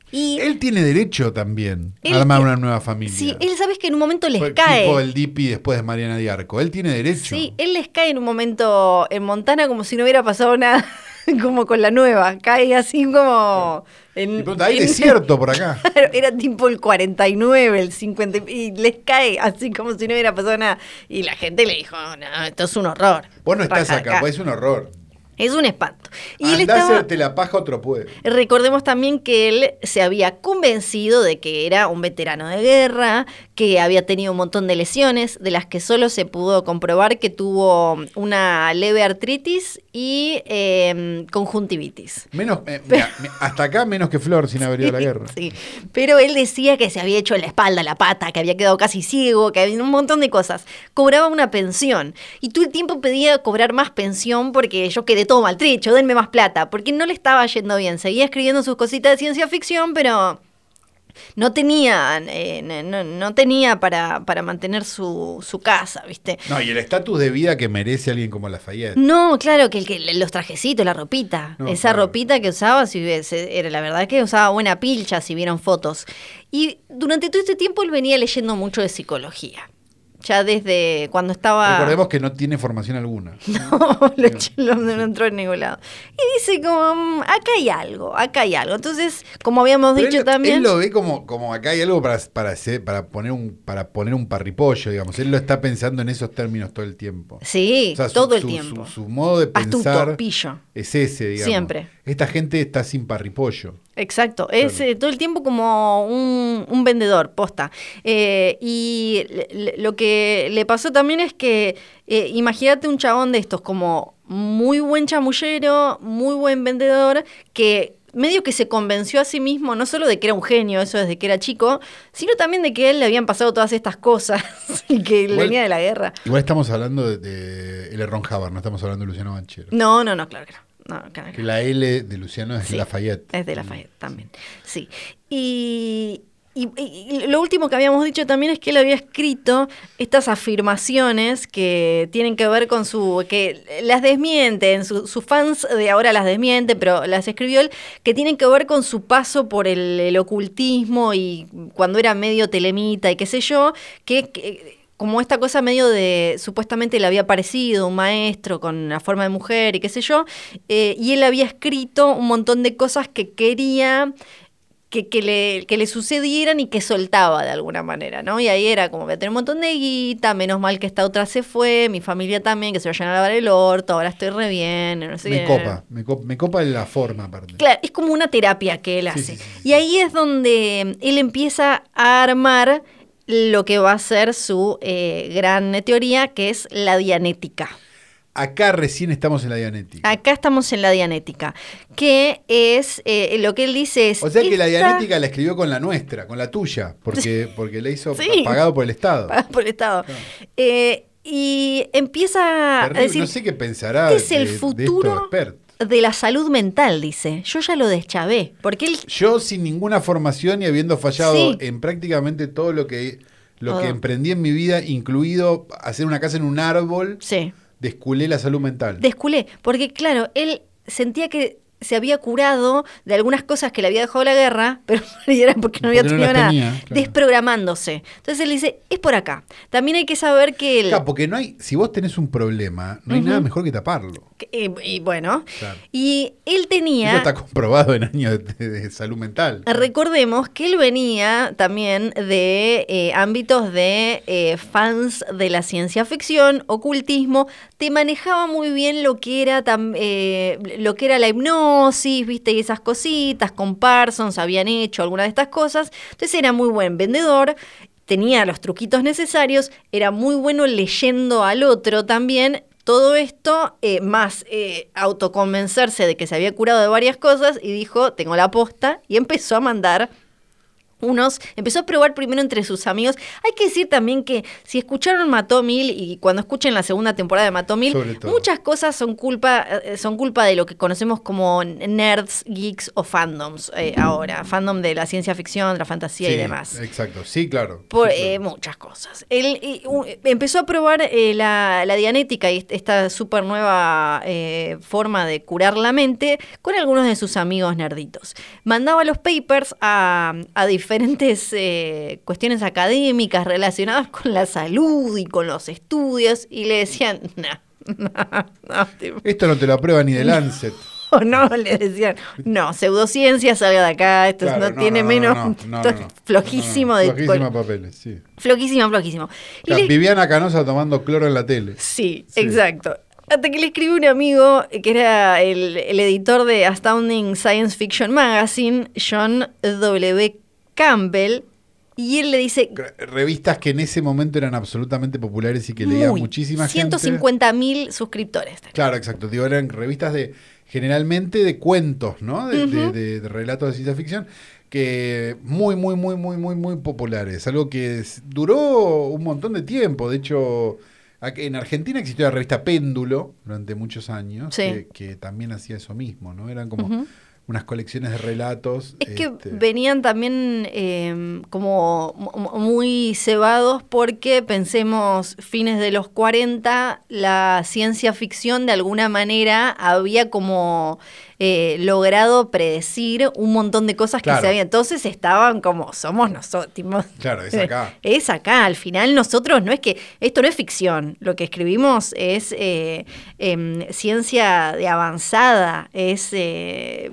Speaker 2: Y
Speaker 3: Él tiene derecho también
Speaker 2: Él
Speaker 3: a armar
Speaker 2: ti-
Speaker 3: una nueva familia.
Speaker 2: sí, él sabes que en un momento les
Speaker 3: Fue
Speaker 2: cae.
Speaker 3: Tipo el Dipi después de Mariana Diarco. Él tiene derecho.
Speaker 2: Sí, él les cae en un momento en Montana como si no hubiera pasado nada, como con la nueva. Cae así como en,
Speaker 3: Y pregunta, hay
Speaker 2: en-
Speaker 3: desierto por acá.
Speaker 2: Claro, era tipo el 49, el 50, y- y les cae así como si no hubiera pasado nada. Y la gente le dijo, no, esto es un horror.
Speaker 3: Vos no estás
Speaker 2: Raja de
Speaker 3: acá, pues es un horror.
Speaker 2: Es un espanto. Y
Speaker 3: Andá
Speaker 2: él
Speaker 3: a
Speaker 2: estaba...
Speaker 3: hacerte la paja a otro pueblo.
Speaker 2: Recordemos también que él se había convencido de que era un veterano de guerra, que había tenido un montón de lesiones, de las que solo se pudo comprobar que tuvo una leve artritis y eh, conjuntivitis.
Speaker 3: Menos, eh, mira, me- hasta acá menos que Flor sin haber ido a la guerra.
Speaker 2: Sí, pero él decía que se había hecho la espalda, la pata, que había quedado casi ciego, que había un montón de cosas. Cobraba una pensión y todo el tiempo pedía cobrar más pensión porque yo quedé todo maltrecho, denme más plata, porque no le estaba yendo bien. Seguía escribiendo sus cositas de ciencia ficción, pero no tenía, eh, no, no- no tenía para, para mantener su, su casa, ¿viste?
Speaker 3: No, y el estatus de vida que merece alguien como Lafayette.
Speaker 2: No, claro, que, el que los trajecitos, la ropita.
Speaker 3: No,
Speaker 2: Esa
Speaker 3: claro.
Speaker 2: ropita que usaba, si ves, era la verdad que usaba buena pilcha si vieron fotos. Y durante todo este tiempo él venía leyendo mucho de psicología. Ya desde cuando estaba.
Speaker 3: Recordemos que no tiene formación alguna.
Speaker 2: No, lo eché- lo- no entró en ningún lado. Y dice como, "Mm, acá hay algo, acá hay algo. Entonces, como habíamos
Speaker 3: Pero
Speaker 2: dicho
Speaker 3: él,
Speaker 2: también.
Speaker 3: él lo ve como, como acá hay algo para, para, hacer- para, poner un, para poner un parripollo, digamos. Él lo está pensando en esos términos todo el tiempo.
Speaker 2: Sí,
Speaker 3: O sea, su-
Speaker 2: todo el
Speaker 3: su-
Speaker 2: tiempo.
Speaker 3: Su, su modo de
Speaker 2: Hasta un
Speaker 3: pensar
Speaker 2: torpillo.
Speaker 3: es ese, digamos.
Speaker 2: Siempre.
Speaker 3: Esta gente está sin parripollo.
Speaker 2: Exacto, es
Speaker 3: Claro.
Speaker 2: eh, todo el tiempo como un, un vendedor, posta. Eh, y le- le- lo que le pasó también es que, eh, imagínate un chabón de estos, como muy buen chamullero, muy buen vendedor, que medio que se convenció a sí mismo, no solo de que era un genio, eso desde que era chico, sino también de que a él le habían pasado todas estas cosas y que él
Speaker 3: Igual-
Speaker 2: venía de la guerra.
Speaker 3: Igual estamos hablando de, de L. Ron Hubbard, no estamos hablando de Luciano Banchero.
Speaker 2: No, no, no, claro que no. No, claro que
Speaker 3: Que
Speaker 2: no.
Speaker 3: la L de Luciano es
Speaker 2: Sí,
Speaker 3: Lafayette. Mm,
Speaker 2: Es de Lafayette también, sí. Y, y- y lo último que habíamos dicho también es que él había escrito estas afirmaciones que tienen que ver con su... que las desmienten, su- sus fans de ahora las desmienten, pero las escribió él, que tienen que ver con su paso por el, el ocultismo y cuando era medio telemita y qué sé yo, que- que como esta cosa medio de supuestamente le había parecido un maestro con una forma de mujer y qué sé yo, eh, y él había escrito un montón de cosas que quería que, que le, que le sucedieran y que soltaba de alguna manera, ¿no? Y ahí era como voy a tener un montón de guita, menos mal que esta otra se fue, mi familia también, que se vayan a lavar el orto, ahora estoy re bien, no sé
Speaker 3: Me
Speaker 2: qué.
Speaker 3: copa, me copa, me copa la forma aparte.
Speaker 2: Claro, es como una terapia que él hace.
Speaker 3: sí, sí, sí.
Speaker 2: Y ahí es donde él empieza a armar lo que va a ser su eh, gran teoría, que es la dianética.
Speaker 3: Acá recién estamos en la dianética.
Speaker 2: Acá estamos en la dianética, que es eh, lo que él dice es...
Speaker 3: O sea que la
Speaker 2: esta-
Speaker 3: dianética la escribió con la nuestra, con la tuya, porque, porque la hizo
Speaker 2: Sí.
Speaker 3: pagado por el Estado.
Speaker 2: Ah, por el Estado.
Speaker 3: Claro.
Speaker 2: Eh, y empieza a
Speaker 3: Ah. Terrible,
Speaker 2: decir...
Speaker 3: no sé qué pensará
Speaker 2: ¿qué es el
Speaker 3: de- de estos
Speaker 2: futuro?
Speaker 3: expertos.
Speaker 2: De la salud mental, dice. Yo ya lo deschavé. Porque él
Speaker 3: Yo sin ninguna formación y habiendo fallado
Speaker 2: Sí.
Speaker 3: en prácticamente todo lo que lo que
Speaker 2: Todo.
Speaker 3: emprendí en mi vida, incluido hacer una casa en un árbol,
Speaker 2: Sí.
Speaker 3: desculé la salud mental.
Speaker 2: Desculé, porque claro, él sentía que se había curado de algunas cosas que le había dejado la guerra, pero era porque no había
Speaker 3: Porque no
Speaker 2: tenido
Speaker 3: las
Speaker 2: nada,
Speaker 3: tenía, claro.
Speaker 2: desprogramándose. Entonces él dice, es por acá. También hay que saber que él...
Speaker 3: Claro, porque no hay, si vos tenés un problema, no hay
Speaker 2: Ujú.
Speaker 3: nada mejor que taparlo.
Speaker 2: que- eh, y, y bueno,
Speaker 3: Claro.
Speaker 2: y él
Speaker 3: Eso
Speaker 2: tenía...
Speaker 3: está comprobado en años de, de salud mental.
Speaker 2: Recordemos que él venía también de eh, ámbitos de eh, fans de la ciencia ficción, ocultismo, te manejaba muy bien lo que era tam- eh, lo que era la hipnosis, viste, y esas cositas, con Parsons habían hecho algunas de estas cosas, entonces era muy buen vendedor. Tenía los truquitos necesarios, era muy bueno leyendo al otro también, todo esto, eh, más eh, autoconvencerse de que se había curado de varias cosas, y dijo, tengo la posta, y empezó a mandar unos, empezó a probar primero entre sus amigos. Hay que decir también que si escucharon Mató Mil y cuando escuchen la segunda temporada de Mató Mil,
Speaker 3: Sobre todo.
Speaker 2: muchas cosas son culpa, eh, son culpa de lo que conocemos como nerds, geeks o fandoms eh, ahora, fandom de la ciencia ficción, la fantasía y demás.
Speaker 3: Exacto, sí, claro.
Speaker 2: Por
Speaker 3: Sí, claro.
Speaker 2: eh, muchas cosas. Él eh, u- empezó a probar eh, la, la dianética y est- esta súper nueva eh, forma de curar la mente con algunos de sus amigos nerditos. Mandaba los papers a, a diferentes eh, cuestiones académicas relacionadas con la salud y con los estudios y le decían, "Nah, nah, no, tipo,
Speaker 3: Esto no te lo aprueba ni de Lancet.
Speaker 2: o no, le decían, no, pseudociencia, salga de acá, esto
Speaker 3: Claro,
Speaker 2: no, tiene menos, esto es flojísimo
Speaker 3: No, no,
Speaker 2: de...
Speaker 3: Flojísimo papeles, sí.
Speaker 2: Floquísimo, floquísimo. Y
Speaker 3: Claro,
Speaker 2: le-
Speaker 3: Viviana Canosa tomando cloro en la tele.
Speaker 2: Sí,
Speaker 3: Sí.
Speaker 2: exacto. Hasta que le escribe un amigo eh, que era el, el editor de Astounding Science Fiction Magazine, John W. Campbell, y él le dice
Speaker 3: Cre- Revistas que en ese momento eran absolutamente populares y que leía
Speaker 2: muy,
Speaker 3: muchísima gente.
Speaker 2: 150 mil suscriptores.
Speaker 3: Claro, exacto. Digo, eran revistas de generalmente de cuentos, ¿no? De, de-
Speaker 2: Ujú.
Speaker 3: de- de relatos de ciencia ficción que muy, muy, muy, muy, muy, muy populares. Algo que es- duró un montón de tiempo. De hecho, aquí en Argentina existió la revista Péndulo durante muchos años
Speaker 2: Sí.
Speaker 3: que, que también hacía eso mismo, ¿no? Eran como
Speaker 2: Ujú.
Speaker 3: unas colecciones de relatos.
Speaker 2: Es que
Speaker 3: este,
Speaker 2: venían también eh, como mu- mu- muy cebados porque pensemos, fines de los 40, la ciencia ficción de alguna manera había como eh, logrado predecir un montón de cosas que
Speaker 3: Claro.
Speaker 2: se habían. Entonces estaban como, somos nosotros. tipo,
Speaker 3: Claro, es acá.
Speaker 2: Es acá, al final nosotros no es que, esto no es ficción, lo que escribimos es eh, em, ciencia de avanzada, es eh,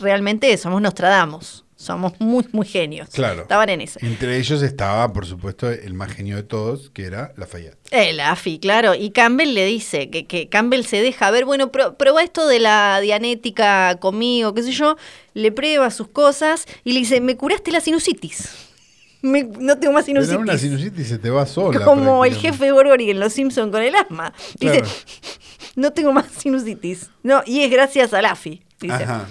Speaker 2: realmente somos Nostradamus, somos muy, muy genios.
Speaker 3: Claro.
Speaker 2: Estaban en esa.
Speaker 3: Entre ellos estaba, por supuesto, el más genio de todos, que era Lafayette.
Speaker 2: El AFI, claro. Y Campbell le dice que, que Campbell se deja. A ver, bueno, pro- prueba esto de la dianética conmigo, qué sé yo. Le prueba sus cosas y le dice, me curaste la sinusitis. Me- no tengo más
Speaker 3: Pero
Speaker 2: sinusitis.
Speaker 3: una sinusitis se te va sola.
Speaker 2: Como el
Speaker 3: prácticamente.
Speaker 2: jefe Gorgori en Los Simpson con el asma. Dice,
Speaker 3: Claro.
Speaker 2: no tengo más sinusitis. No, y es gracias a Laffy. Dice.
Speaker 3: Ajá.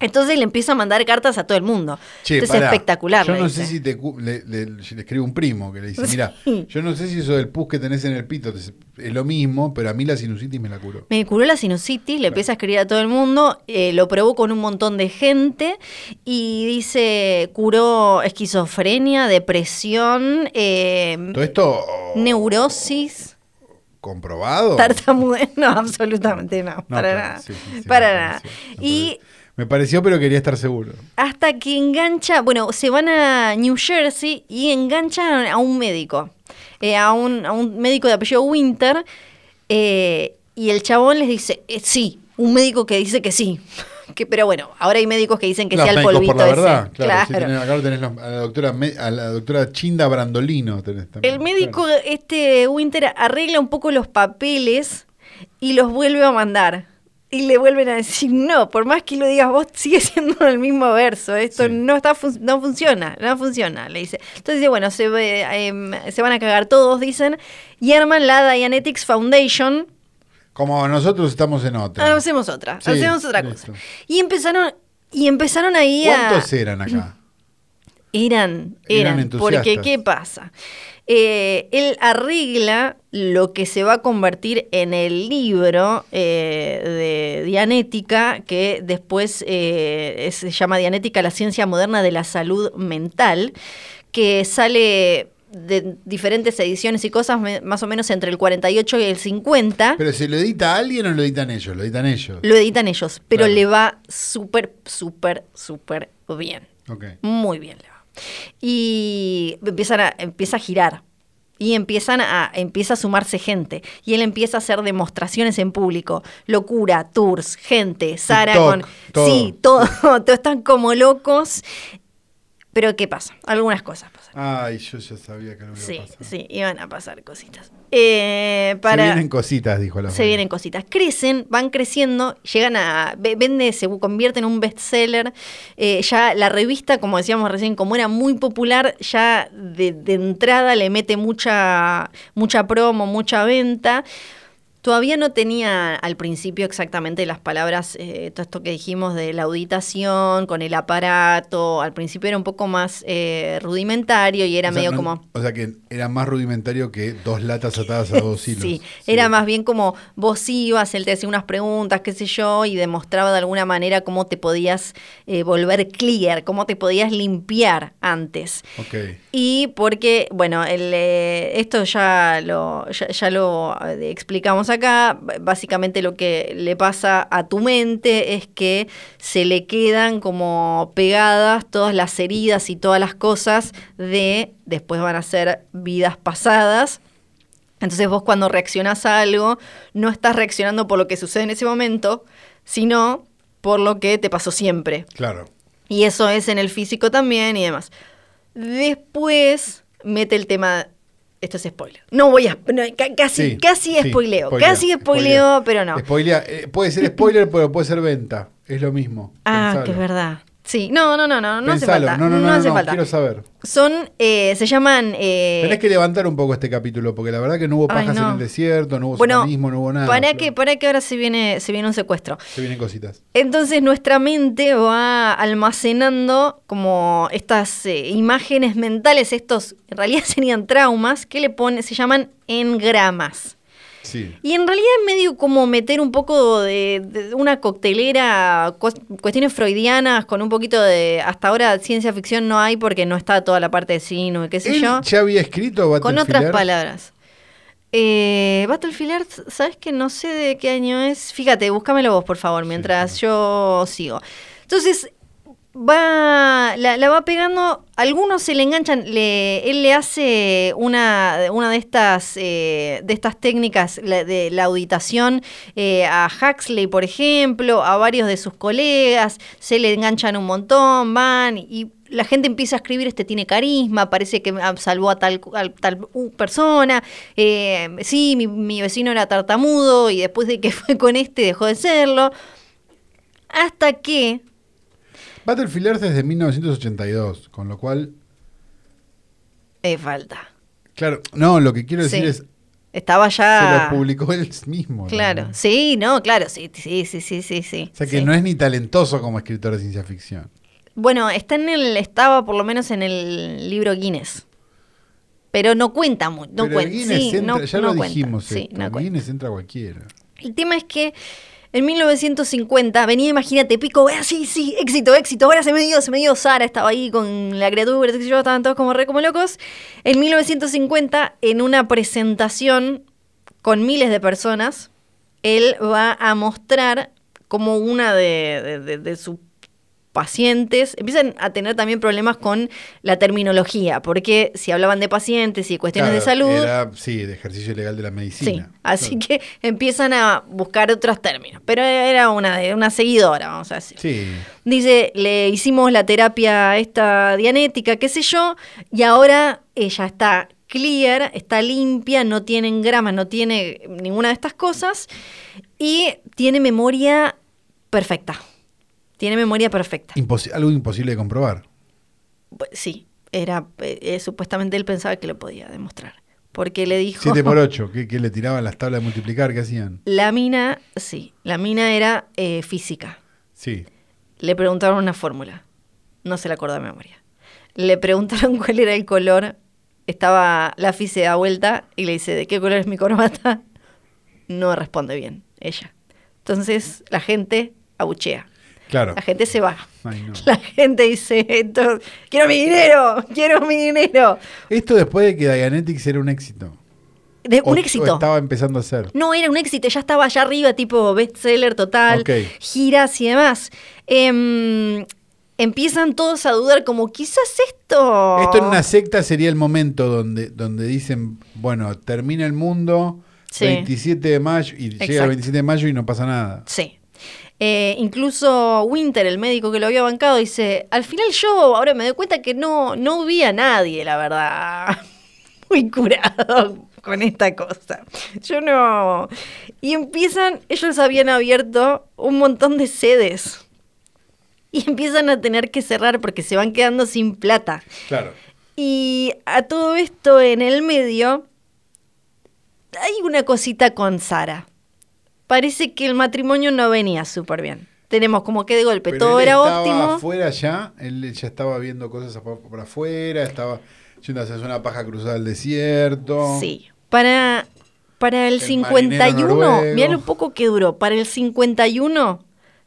Speaker 2: Entonces le empiezo a mandar cartas a todo el mundo.
Speaker 3: Che,
Speaker 2: Entonces
Speaker 3: pará.
Speaker 2: es espectacular.
Speaker 3: Yo
Speaker 2: le
Speaker 3: no
Speaker 2: dice.
Speaker 3: sé si te cu- le, le- si le escribe un primo que le dice,
Speaker 2: Sí.
Speaker 3: mira, yo no sé si eso del pus que tenés en el pito es es lo mismo, pero a mí la sinusitis me la curó.
Speaker 2: Me curó la sinusitis, le empieza a escribir a todo el mundo, eh, lo probó con un montón de gente y dice, curó esquizofrenia, depresión, eh,
Speaker 3: Todo esto oh,
Speaker 2: neurosis.
Speaker 3: comprobado.
Speaker 2: Tartamudez, no, absolutamente no,
Speaker 3: Oh. No,
Speaker 2: para
Speaker 3: pero-
Speaker 2: nada.
Speaker 3: sí, sí, sí,
Speaker 2: para
Speaker 3: me
Speaker 2: nada.
Speaker 3: pareció, me
Speaker 2: y
Speaker 3: pareció. me pareció, pero quería estar seguro.
Speaker 2: hasta que engancha, bueno, se van a New Jersey y enganchan a un médico, eh, a, un, a un médico de apellido Winter, eh, y el chabón les dice, eh, sí, un médico que dice que sí, que, pero bueno, ahora hay médicos que dicen que
Speaker 3: Los
Speaker 2: sea el
Speaker 3: médicos
Speaker 2: polvito
Speaker 3: por la
Speaker 2: ese.
Speaker 3: verdad, claro.
Speaker 2: Claro.
Speaker 3: sí, tenés- acá tenés los- a la doctora, Me- a la doctora Chinda Brandolino. tenés también,
Speaker 2: El médico
Speaker 3: claro.
Speaker 2: este Winter arregla un poco los papeles y los vuelve a mandar. Y le vuelven a decir, no, por más que lo digas vos, sigue siendo el mismo verso. Esto
Speaker 3: Sí.
Speaker 2: no está fun- no funciona, no funciona, le dice. Entonces dice, bueno, se, ve, em, se van a cagar todos, dicen. Y arman la Dianetics Foundation.
Speaker 3: Como nosotros estamos en
Speaker 2: Ah,
Speaker 3: otra.
Speaker 2: hacemos otra,
Speaker 3: Sí,
Speaker 2: hacemos otra
Speaker 3: listo.
Speaker 2: cosa. Y empezaron, y empezaron ahí a...
Speaker 3: ¿Cuántos eran acá?
Speaker 2: Eran,
Speaker 3: Eran
Speaker 2: eran,
Speaker 3: entusiastas.
Speaker 2: porque ¿qué pasa? Eh, él arregla lo que se va a convertir en el libro eh, de Dianética, que después eh, se llama Dianética, la ciencia moderna de la salud mental, que sale de diferentes ediciones y cosas me- más o menos entre el 48 y el 50.
Speaker 3: ¿Pero se lo edita alguien o lo editan ellos? Lo editan ellos.
Speaker 2: lo editan ellos, pero
Speaker 3: Claro.
Speaker 2: le va súper, súper, súper bien.
Speaker 3: Ok.
Speaker 2: Muy bien, le va. Y empiezan a, empieza a girar. Y empiezan a, empieza a sumarse gente. Y él empieza a hacer demostraciones en público. Locura, tours, gente, Sara
Speaker 3: TikTok,
Speaker 2: con.
Speaker 3: todo.
Speaker 2: Sí, todo. Todos están como locos. Pero ¿qué pasa? Algunas cosas pasan.
Speaker 3: Ay, yo ya sabía que lo iba
Speaker 2: Sí,
Speaker 3: a pasar.
Speaker 2: sí, iban a pasar cositas. Eh, para...
Speaker 3: Se vienen cositas, dijo la
Speaker 2: Se
Speaker 3: abuela.
Speaker 2: vienen cositas. Crecen, van creciendo, llegan a. ve- Vende, se convierte en un bestseller. Eh, ya la revista, como decíamos recién, como era muy popular, ya de, de entrada le mete mucha, mucha promo, mucha venta. Todavía no tenía al principio exactamente las palabras, eh, todo esto que dijimos de la auditación, con el aparato. Al principio era un poco más eh, rudimentario y era
Speaker 3: O sea,
Speaker 2: medio
Speaker 3: no-
Speaker 2: como.
Speaker 3: O sea que era más rudimentario que dos latas atadas a dos hilos.
Speaker 2: Sí, era más bien como vos ibas, él te hacía unas preguntas, qué sé yo, y demostraba de alguna manera cómo te podías eh, volver clear, cómo te podías limpiar antes.
Speaker 3: Ok.
Speaker 2: Y porque, bueno, el, eh, esto ya lo, ya, ya lo eh, explicamos acá. B- Básicamente lo que le pasa a tu mente es que se le quedan como pegadas todas las heridas y todas las cosas de después van a ser vidas pasadas. Entonces vos cuando reaccionás a algo, no estás reaccionando por lo que sucede en ese momento, sino por lo que te pasó siempre.
Speaker 3: Claro.
Speaker 2: Y eso es en el físico también y demás. Después mete el tema. Esto es spoiler. No voy a. no, ca- casi,
Speaker 3: Sí,
Speaker 2: casi
Speaker 3: sí,
Speaker 2: spoileo.
Speaker 3: spoilea,
Speaker 2: Casi spoileo,
Speaker 3: spoilea.
Speaker 2: pero no.
Speaker 3: Spoilea, eh, puede ser spoiler, pero puede ser venta. Es lo mismo.
Speaker 2: ah,
Speaker 3: Pensalo.
Speaker 2: que es verdad. Sí. No, no, no, no. No hace
Speaker 3: Pensalo.
Speaker 2: falta.
Speaker 3: No, no, no, no,
Speaker 2: hace
Speaker 3: no,
Speaker 2: falta.
Speaker 3: quiero saber.
Speaker 2: Son. eh, se llaman. eh,
Speaker 3: Tenés que levantar un poco este capítulo, porque la verdad que no hubo
Speaker 2: ay,
Speaker 3: pajas
Speaker 2: no.
Speaker 3: en el desierto, no hubo
Speaker 2: Bueno,
Speaker 3: satanismo, no hubo nada.
Speaker 2: ¿Para
Speaker 3: Flor.
Speaker 2: que ¿Para que ahora se viene, se viene un secuestro?
Speaker 3: Se vienen cositas.
Speaker 2: Entonces nuestra mente va almacenando como estas eh, imágenes mentales, estos en realidad serían traumas, que le pone, se llaman engramas.
Speaker 3: Sí.
Speaker 2: Y en realidad es medio como meter un poco de, de una coctelera, cues- cuestiones freudianas con un poquito de, hasta ahora ciencia ficción no hay porque no está toda la parte de cine, qué sé
Speaker 3: Él
Speaker 2: yo,
Speaker 3: ya había escrito
Speaker 2: con
Speaker 3: Battlefield
Speaker 2: otras
Speaker 3: Earth.
Speaker 2: palabras. Eh, Battlefield Earth, ¿sabes que no sé de qué año es? Fíjate, búscamelo vos, por favor, mientras yo sigo. Entonces, va la, la va pegando, algunos se le enganchan, le, él le hace una, una de, estas, eh, de estas técnicas la- de la auditación eh, a Huxley, por ejemplo, a varios de sus colegas, se le enganchan un montón, van y... La gente empieza a escribir, este tiene carisma, parece que ah, salvó a tal, cu- al- tal uh, persona, eh, sí, mi, mi vecino era tartamudo y después de que fue con este dejó de serlo. Hasta que
Speaker 3: Battlefield Earth es de 1982, con lo cual,
Speaker 2: Eh, falta.
Speaker 3: claro, no, lo que quiero decir
Speaker 2: Sí.
Speaker 3: es,
Speaker 2: Estaba
Speaker 3: se
Speaker 2: ya.
Speaker 3: lo publicó él mismo. ¿no?
Speaker 2: Claro, sí, no, claro, sí, sí, sí, sí, sí. sí,
Speaker 3: O sea que
Speaker 2: sí.
Speaker 3: no es ni talentoso como escritor de ciencia ficción.
Speaker 2: Bueno, está en el, estaba por lo menos en el libro Guinness. Pero no cuenta mucho, no
Speaker 3: Pero el
Speaker 2: cuenta.
Speaker 3: Guinness
Speaker 2: sí,
Speaker 3: entra-
Speaker 2: no,
Speaker 3: ya
Speaker 2: no
Speaker 3: lo
Speaker 2: cuenta,
Speaker 3: dijimos,
Speaker 2: sí,
Speaker 3: esto,
Speaker 2: no
Speaker 3: el
Speaker 2: cuenta.
Speaker 3: Guinness entra cualquiera.
Speaker 2: El tema es que en 1950 venía, imagínate, pico, ah, sí, sí, éxito, éxito, ahora se me dio, se me dio Sara, estaba ahí con la criatura, qué sé yo, estaban todos como re como locos. En 1950, en una presentación con miles de personas, él va a mostrar como una de, de- de- de su- pacientes, empiezan a tener también problemas con la terminología, porque si hablaban de pacientes y cuestiones de
Speaker 3: Claro,
Speaker 2: salud,
Speaker 3: era, sí, de ejercicio ilegal de la
Speaker 2: sí,
Speaker 3: medicina.
Speaker 2: así que empiezan a buscar otros términos, pero era una, de- una seguidora, vamos a decir.
Speaker 3: Sí,
Speaker 2: Dice, le hicimos la terapia esta dianética, qué sé yo, y ahora ella está clear, está limpia, no tiene engramas, no tiene ninguna de estas cosas y tiene memoria perfecta. Tiene memoria perfecta.
Speaker 3: imposi- algo imposible de comprobar.
Speaker 2: Bu- Sí, era eh, eh, supuestamente él pensaba que lo podía demostrar, porque le dijo
Speaker 3: 7 por 8, que, que le tiraban las tablas de multiplicar, ¿qué hacían?
Speaker 2: La mina, sí, la mina era eh, física.
Speaker 3: Sí.
Speaker 2: Le preguntaron una fórmula. No se la acordó de memoria. Le preguntaron cuál era el color. Estaba la FI se da vuelta y le dice, ¿de qué color es mi corbata? No responde bien ella. Entonces la gente abuchea.
Speaker 3: Claro.
Speaker 2: La gente se va.
Speaker 3: Ay, no.
Speaker 2: La gente dice, "Esto- quiero mi dinero, quiero mi dinero.
Speaker 3: Esto después de que Dianetics era un éxito.
Speaker 2: De, un
Speaker 3: O-
Speaker 2: éxito.
Speaker 3: o estaba empezando a ser.
Speaker 2: No, era un éxito, ya estaba allá arriba, tipo bestseller total,
Speaker 3: Ok.
Speaker 2: giras y demás. Em, empiezan todos a dudar, como quizás esto.
Speaker 3: Esto en una secta sería el momento donde, donde dicen, bueno, termina el mundo
Speaker 2: Sí.
Speaker 3: 27 de mayo y llega
Speaker 2: Exacto.
Speaker 3: el 27 de mayo y no pasa nada.
Speaker 2: Sí. Eh, incluso Winter, el médico que lo había bancado, dice: Al final yo ahora me doy cuenta que no, no vi a nadie, la verdad. Muy curado con esta cosa. Yo no. Y empiezan, ellos habían abierto un montón de sedes. Y empiezan a tener que cerrar porque se van quedando sin plata.
Speaker 3: Claro.
Speaker 2: Y a todo esto en el medio hay una cosita con Sara. Parece que el matrimonio no venía súper bien. Tenemos como que de golpe todo era óptimo.
Speaker 3: afuera ya, él ya estaba viendo cosas afu- por afuera, estaba yendo a hacerse una paja cruzada al desierto.
Speaker 2: Sí. Para, para el,
Speaker 3: El
Speaker 2: 51,
Speaker 3: marinero
Speaker 2: mira lo
Speaker 3: noruego.
Speaker 2: poco que duró. Para el 51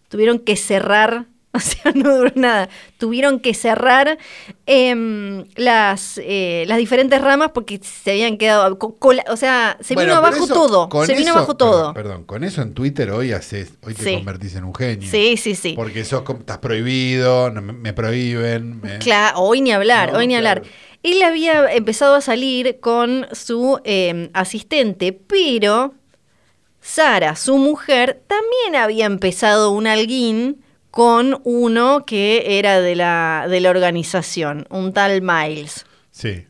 Speaker 2: tuvieron que cerrar, o sea, no duró nada. Tuvieron que cerrar em, las, eh, las diferentes ramas porque se habían quedado. co- cola- o sea, se
Speaker 3: Bueno,
Speaker 2: vino
Speaker 3: pero
Speaker 2: abajo
Speaker 3: eso-
Speaker 2: todo.
Speaker 3: con
Speaker 2: Se vino
Speaker 3: eso-
Speaker 2: abajo todo.
Speaker 3: Perdón, perdón, con eso en Twitter hoy haces, hoy te
Speaker 2: Sí.
Speaker 3: convertís en un genio.
Speaker 2: Sí, sí, sí.
Speaker 3: Porque sos, como- estás prohibido, no, me, me prohíben. me-
Speaker 2: Claro, hoy ni hablar,
Speaker 3: No,
Speaker 2: hoy ni
Speaker 3: claro.
Speaker 2: hablar. Él había empezado a salir con su eh, asistente, pero Sara, su mujer, también había empezado un alguín con uno que era de la, de la organización, un tal Miles.
Speaker 3: Sí.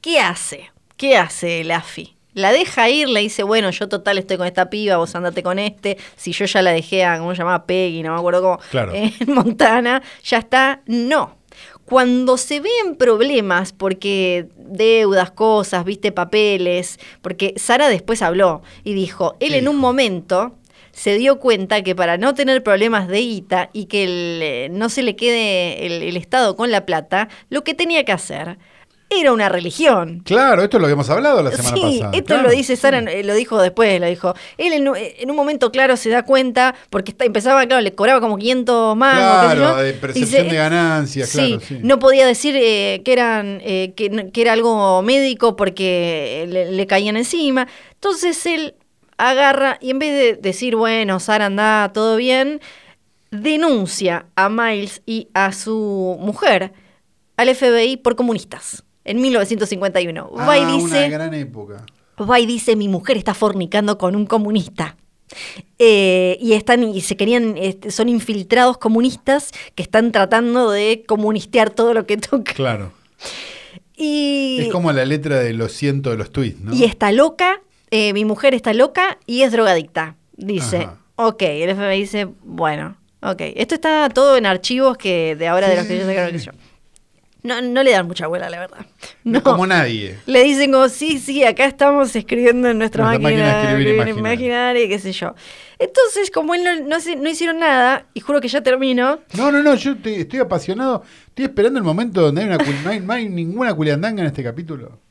Speaker 2: ¿Qué hace? ¿Qué hace el AFI? La deja ir, le dice, bueno, yo total estoy con esta piba, vos andate con este. Si yo ya la dejé a, ¿cómo se llamaba? Peggy, no me acuerdo cómo.
Speaker 3: Claro.
Speaker 2: En Montana, ya está. No. Cuando se ven problemas, porque deudas, cosas, viste, papeles, porque Sara después habló y dijo, él
Speaker 3: ¿Qué
Speaker 2: en un
Speaker 3: dijo?
Speaker 2: momento se dio cuenta que para no tener problemas de guita y que el, eh, no se le quede el, el Estado con la plata, lo que tenía que hacer era una religión.
Speaker 3: Claro, esto lo habíamos hablado la semana
Speaker 2: Sí,
Speaker 3: pasada.
Speaker 2: esto
Speaker 3: claro.
Speaker 2: lo dice Sara, eh, lo dijo después, lo dijo. Él en, un- en un momento claro se da cuenta, porque está, empezaba, claro, le cobraba como 500 más.
Speaker 3: Claro, de percepción de ganancias, claro. Sí.
Speaker 2: no podía decir eh, que, eran, eh, que, no- que era algo médico porque eh, le, le caían encima. Entonces él agarra y en vez de decir, bueno, Sara anda todo bien, denuncia a Miles y a su mujer al FBI por comunistas en 1951. va y
Speaker 3: Ah,
Speaker 2: dice,
Speaker 3: una gran época.
Speaker 2: va y dice, mi mujer está fornicando con un comunista. Eh, y están y se querían este, son infiltrados comunistas que están tratando de comunistear todo lo que toca
Speaker 3: Claro.
Speaker 2: y
Speaker 3: Es como la letra de los cientos de los tweets, ¿no?
Speaker 2: Y está loca, eh, mi mujer está loca y es drogadicta. Dice,
Speaker 3: Ajá.
Speaker 2: ok, el FBI dice, bueno, ok. Esto está todo en archivos que de ahora de
Speaker 3: Sí,
Speaker 2: los que yo
Speaker 3: sí,
Speaker 2: sacaron
Speaker 3: sí,
Speaker 2: que
Speaker 3: sí.
Speaker 2: yo. No, no le dan mucha abuela, la verdad.
Speaker 3: No es como nadie.
Speaker 2: Le dicen como, sí, sí, acá estamos escribiendo en nuestra,
Speaker 3: Nuestra
Speaker 2: máquina,
Speaker 3: máquina de escribir imaginaria.
Speaker 2: imaginaria, qué sé yo. Entonces, como él no, no hace- no hicieron nada, y juro que ya termino,
Speaker 3: No, no, no, yo te- estoy apasionado. Estoy esperando el momento donde hay una cul- no, hay, no hay ninguna culiandanga en este capítulo.